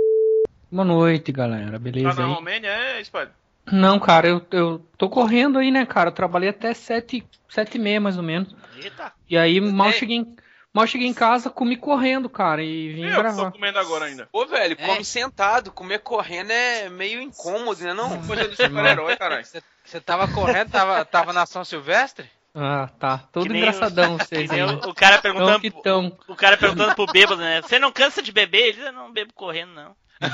Speaker 14: Boa noite, galera. Beleza
Speaker 11: Tá na
Speaker 14: aí?
Speaker 11: Romênia, é, Spider?
Speaker 14: Não, cara, eu, eu tô correndo aí, né, cara? Eu trabalhei até sete, sete e meia, mais ou menos.
Speaker 11: Eita.
Speaker 14: E aí, mal cheguei, em- mal cheguei em casa, comi correndo, cara, e vim
Speaker 7: Eu
Speaker 14: gravar.
Speaker 11: Tá comendo agora ainda.
Speaker 7: Pô, velho, come sentado. Comer correndo é meio incômodo, né? Não?
Speaker 5: Coisa do super-herói,
Speaker 7: caralho.
Speaker 5: Você tava correndo, tava, tava na São Silvestre?
Speaker 14: Ah, tá. Todo
Speaker 5: Que nem
Speaker 14: engraçadão
Speaker 5: o-
Speaker 14: vocês
Speaker 5: que
Speaker 14: aí.
Speaker 5: nem
Speaker 14: né?
Speaker 8: o- o cara
Speaker 14: Tão
Speaker 8: perguntando
Speaker 14: que tão.
Speaker 8: O cara perguntando pro bêbado, né? Você não cansa de beber? Ele "Eu não bebo correndo, não.
Speaker 7: É.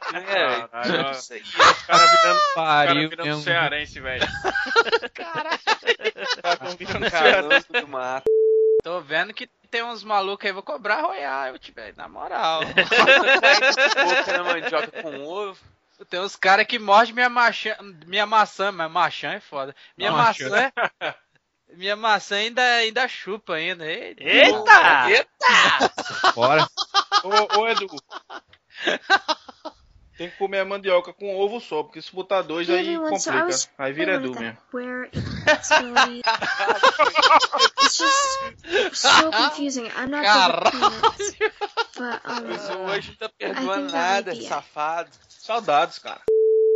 Speaker 11: Caralho,
Speaker 8: Caralho.
Speaker 11: ó. Os caras virando, os
Speaker 14: Pariu
Speaker 11: caras virando
Speaker 14: mesmo.
Speaker 11: cearense, velho.
Speaker 5: Caralho.
Speaker 11: virando
Speaker 5: Caroço
Speaker 7: do mato.
Speaker 5: Tô vendo que tem uns malucos aí, vou cobrar royal, velho, na moral.
Speaker 7: Boca na mandioca né, com ovo.
Speaker 5: Tem uns caras que mordem minha maçã, minha maçã, mas maçã é foda. Minha
Speaker 7: Não,
Speaker 5: maçã, é,
Speaker 7: maçã.
Speaker 5: minha maçã ainda, ainda chupa ainda. Eita!
Speaker 8: Eita!
Speaker 11: Bora. Ô, ô, Edu. Tem que comer a mandioca com ovo só, porque se botar dois aí complica. Aí vira Edu mesmo.
Speaker 4: Where it's really it's just so
Speaker 7: Ah,
Speaker 4: confusing. I'm not good with peanuts, but um,
Speaker 7: Isso hoje não tá
Speaker 4: I
Speaker 7: perdoando
Speaker 4: think that
Speaker 7: nada,
Speaker 4: would be it.
Speaker 7: safado.
Speaker 11: Saudades, cara.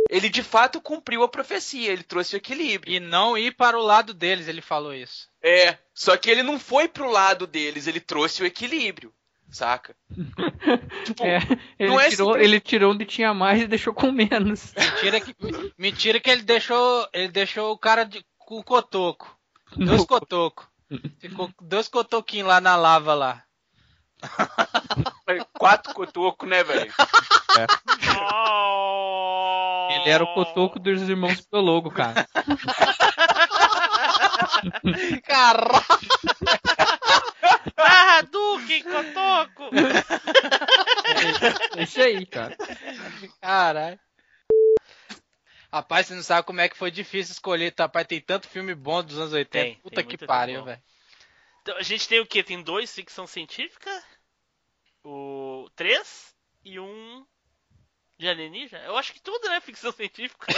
Speaker 7: Ele de fato cumpriu a profecia, ele trouxe o equilíbrio.
Speaker 5: E não ir para o lado deles, ele falou isso.
Speaker 7: É, só que ele não foi pro lado deles, ele trouxe o equilíbrio, saca? Tipo,
Speaker 14: É, ele,
Speaker 5: não é
Speaker 14: tirou,
Speaker 7: assim.
Speaker 5: simples-
Speaker 14: ele tirou onde tinha mais e deixou com menos.
Speaker 5: Mentira que, mentira que ele deixou, ele deixou o cara de, com cotoco. Dois cotocos. Ficou com dois cotoquinhos lá na lava lá.
Speaker 7: Quatro cotocos, né, velho?
Speaker 14: Ele era o cotoco dos irmãos Piologo, cara.
Speaker 5: Caralho!
Speaker 8: Ah, Duque, Cotoco!
Speaker 14: É isso aí, cara.
Speaker 5: Caralho. Rapaz, você não sabe como é que foi difícil escolher, tá? Rapaz, tem tanto filme bom dos anos 80.
Speaker 8: Tem,
Speaker 5: Puta
Speaker 8: tem
Speaker 5: que
Speaker 8: muito filme
Speaker 5: pariu,
Speaker 8: bom.
Speaker 5: velho.
Speaker 8: Então, a gente tem o quê? Tem dois ficção científica, o três e um de alienígena. Eu acho que tudo, né? Ficção científica.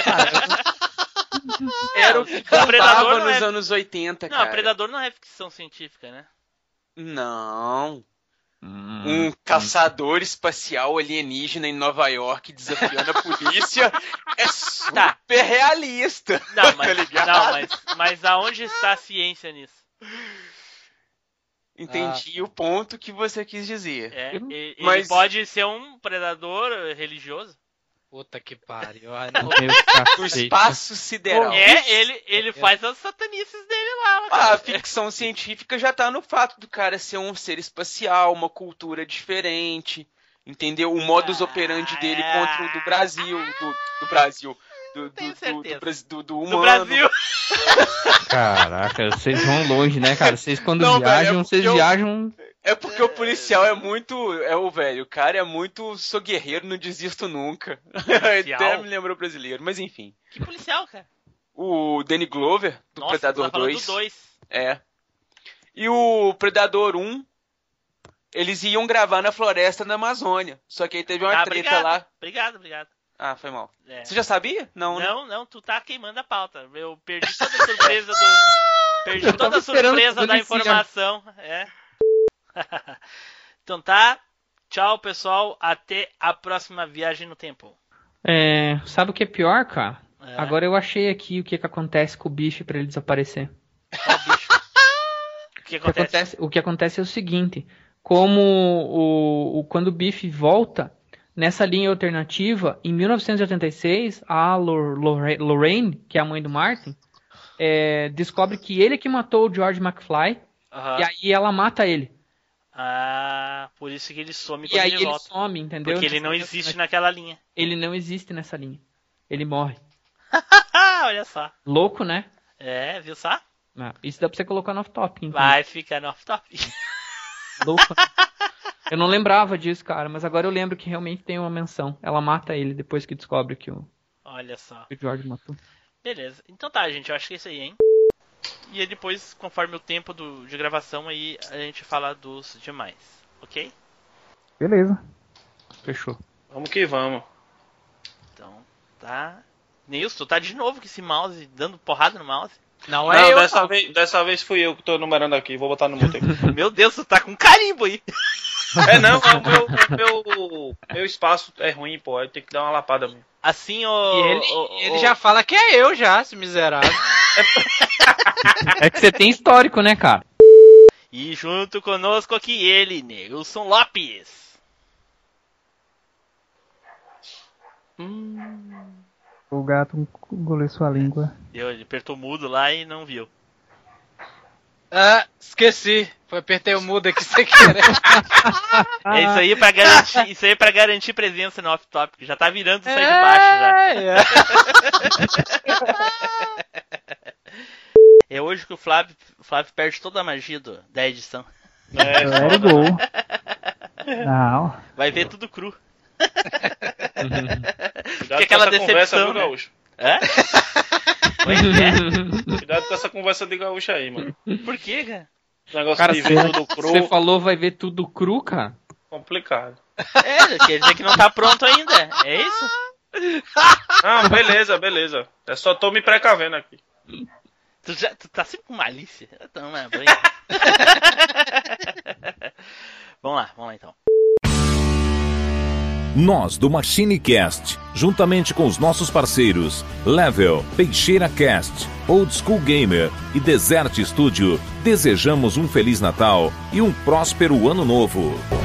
Speaker 7: Era o que bombava nos anos 80,
Speaker 8: é- Não,
Speaker 7: cara.
Speaker 8: Predador não é ficção científica, né?
Speaker 7: Não.
Speaker 8: Hum,
Speaker 14: Hum,
Speaker 7: Um caçador espacial alienígena em Nova York desafiando a polícia é super realista.
Speaker 8: Não, mas,
Speaker 7: tá ligado?
Speaker 8: não, mas, mas aonde está a ciência nisso? Ah.
Speaker 7: Entendi o ponto que você quis dizer.
Speaker 8: É, e- ele
Speaker 7: mas
Speaker 8: pode ser um predador religioso.
Speaker 5: Puta que pariu. Ai,
Speaker 14: não. cacete.
Speaker 7: o espaço sideral.
Speaker 8: É, ele, ele faz as satanices dele lá.
Speaker 7: A ficção científica já tá no fato do cara ser um ser espacial, uma cultura diferente, entendeu? O modus operandi dele contra o do Brasil, do, do Brasil, do, do, do, do, Bras- do- do humano.
Speaker 8: Brasil.
Speaker 14: Caraca, vocês vão longe, né, cara? Vocês quando
Speaker 7: Não, velho, é
Speaker 14: viajam, vocês
Speaker 7: porque eu-
Speaker 14: viajam.
Speaker 7: É porque o policial é muito. É o velho, o cara é muito. Sou guerreiro, não desisto nunca. Até me lembrou brasileiro, mas enfim.
Speaker 8: Que policial, cara?
Speaker 7: O Danny Glover, do
Speaker 8: Nossa,
Speaker 7: Predador
Speaker 8: tá falando
Speaker 7: 2.
Speaker 8: do 2.
Speaker 7: É. E o Predador 1, eles iam gravar na floresta na Amazônia. Só que aí teve uma
Speaker 8: Ah,
Speaker 14: tá
Speaker 7: treta
Speaker 8: obrigado,
Speaker 7: lá.
Speaker 8: Obrigado, obrigado.
Speaker 7: Ah, foi mal.
Speaker 8: É.
Speaker 7: Você já sabia? Não, né?
Speaker 8: Não, não, tu tá queimando a pauta. Eu perdi toda a surpresa do. Perdi
Speaker 7: Eu
Speaker 8: toda
Speaker 7: tava
Speaker 8: a
Speaker 7: esperando
Speaker 8: surpresa
Speaker 7: tudo
Speaker 8: da
Speaker 7: isso já.
Speaker 8: informação. É. então tá. Tchau, pessoal. Até a próxima viagem no tempo.
Speaker 14: É, sabe o que é pior, cara?
Speaker 8: É.
Speaker 14: Agora eu achei aqui o que, que acontece com o bicho pra ele desaparecer.
Speaker 8: O que
Speaker 14: O que,
Speaker 8: acontece?
Speaker 14: acontece, o que acontece é o seguinte: como o, o- quando o Biff volta nessa linha alternativa, em 1986, a Lor- Lorra- Lorraine, que é a mãe do Martin, é, descobre que ele é que matou o George McFly
Speaker 8: Aham.
Speaker 14: e aí ela mata ele.
Speaker 8: Ah, por isso que ele some
Speaker 14: E
Speaker 8: quando
Speaker 14: aí
Speaker 8: ele
Speaker 14: ele
Speaker 8: volta.
Speaker 14: some, entendeu? Tipo,
Speaker 8: Porque ele não existe naquela linha.
Speaker 14: Ele não existe nessa linha. Ele morre.
Speaker 8: Ah, olha só.
Speaker 14: Louco, né?
Speaker 8: É, viu só?
Speaker 17: Ah, isso dá pra você colocar no off-topic.
Speaker 14: Uhum.
Speaker 17: então.
Speaker 8: Vai ficar no off-top.
Speaker 17: Louco. Eu não lembrava disso, cara, mas agora eu lembro que realmente tem uma menção. Ela mata ele depois que descobre que o,
Speaker 8: Olha só.
Speaker 17: que o George matou.
Speaker 8: Beleza. Então tá, gente. Eu acho que é isso aí, hein? E aí depois, conforme o tempo do- de gravação, aí a gente fala dos demais. Ok?
Speaker 18: Beleza.
Speaker 5: Fechou.
Speaker 11: Vamos que vamos.
Speaker 8: Então tá. Nilson, tá de novo com esse mouse, dando porrada no mouse.
Speaker 11: Não,
Speaker 5: é
Speaker 11: dessa, vez, dessa vez fui eu que tô numerando aqui, vou botar no mute aqui.
Speaker 8: Meu Deus, você tá com carimbo aí.
Speaker 11: É não, é o meu, o meu, meu espaço é ruim, pô. Eu tenho que dar uma lapada mesmo.
Speaker 8: Assim o.
Speaker 5: E ele, ele já fala que é eu já, esse miserável.
Speaker 17: É que você tem histórico, né, cara?
Speaker 8: E junto conosco aqui ele, Nilson Lopes.
Speaker 14: O gato engoliu sua língua.
Speaker 8: Deu, ele apertou mudo lá e não viu.
Speaker 5: Ah, esqueci. Foi apertei o mudo aqui sem querer.
Speaker 8: É isso aí pra garantir, isso aí pra garantir presença no off-top, que já tá virando isso aí de baixo já. É, hoje que o Flávio, o Flávio perde toda a magia do- da edição.
Speaker 11: É,
Speaker 14: Let it go. Não.
Speaker 8: Vai ver tudo cru.
Speaker 11: Uhum. Cuidado
Speaker 8: Fica
Speaker 11: com
Speaker 8: aquela
Speaker 11: essa conversa,
Speaker 8: decepção.
Speaker 11: viu,
Speaker 8: né?
Speaker 11: Gaúcho?
Speaker 8: Hã? Pois é.
Speaker 11: Cuidado com essa conversa de Gaúcho aí, mano.
Speaker 8: Por quê, cara?
Speaker 11: Negócio
Speaker 17: Cara,
Speaker 11: de ver tudo cru,
Speaker 17: você falou vai ver tudo cru, cara?
Speaker 11: complicado.
Speaker 8: É, quer dizer que não tá pronto ainda. É isso?
Speaker 11: Ah, beleza, beleza. Eu só tô me precavendo aqui.
Speaker 8: Tu, já, tu tá sempre com malícia. Então, né, bem. vamos lá, vamos lá então.
Speaker 2: Nós do MachineCast, juntamente com os nossos parceiros Level, Peixeira Cast, Old School Gamer e Desert Studio, desejamos um Feliz Natal e um próspero Ano Novo.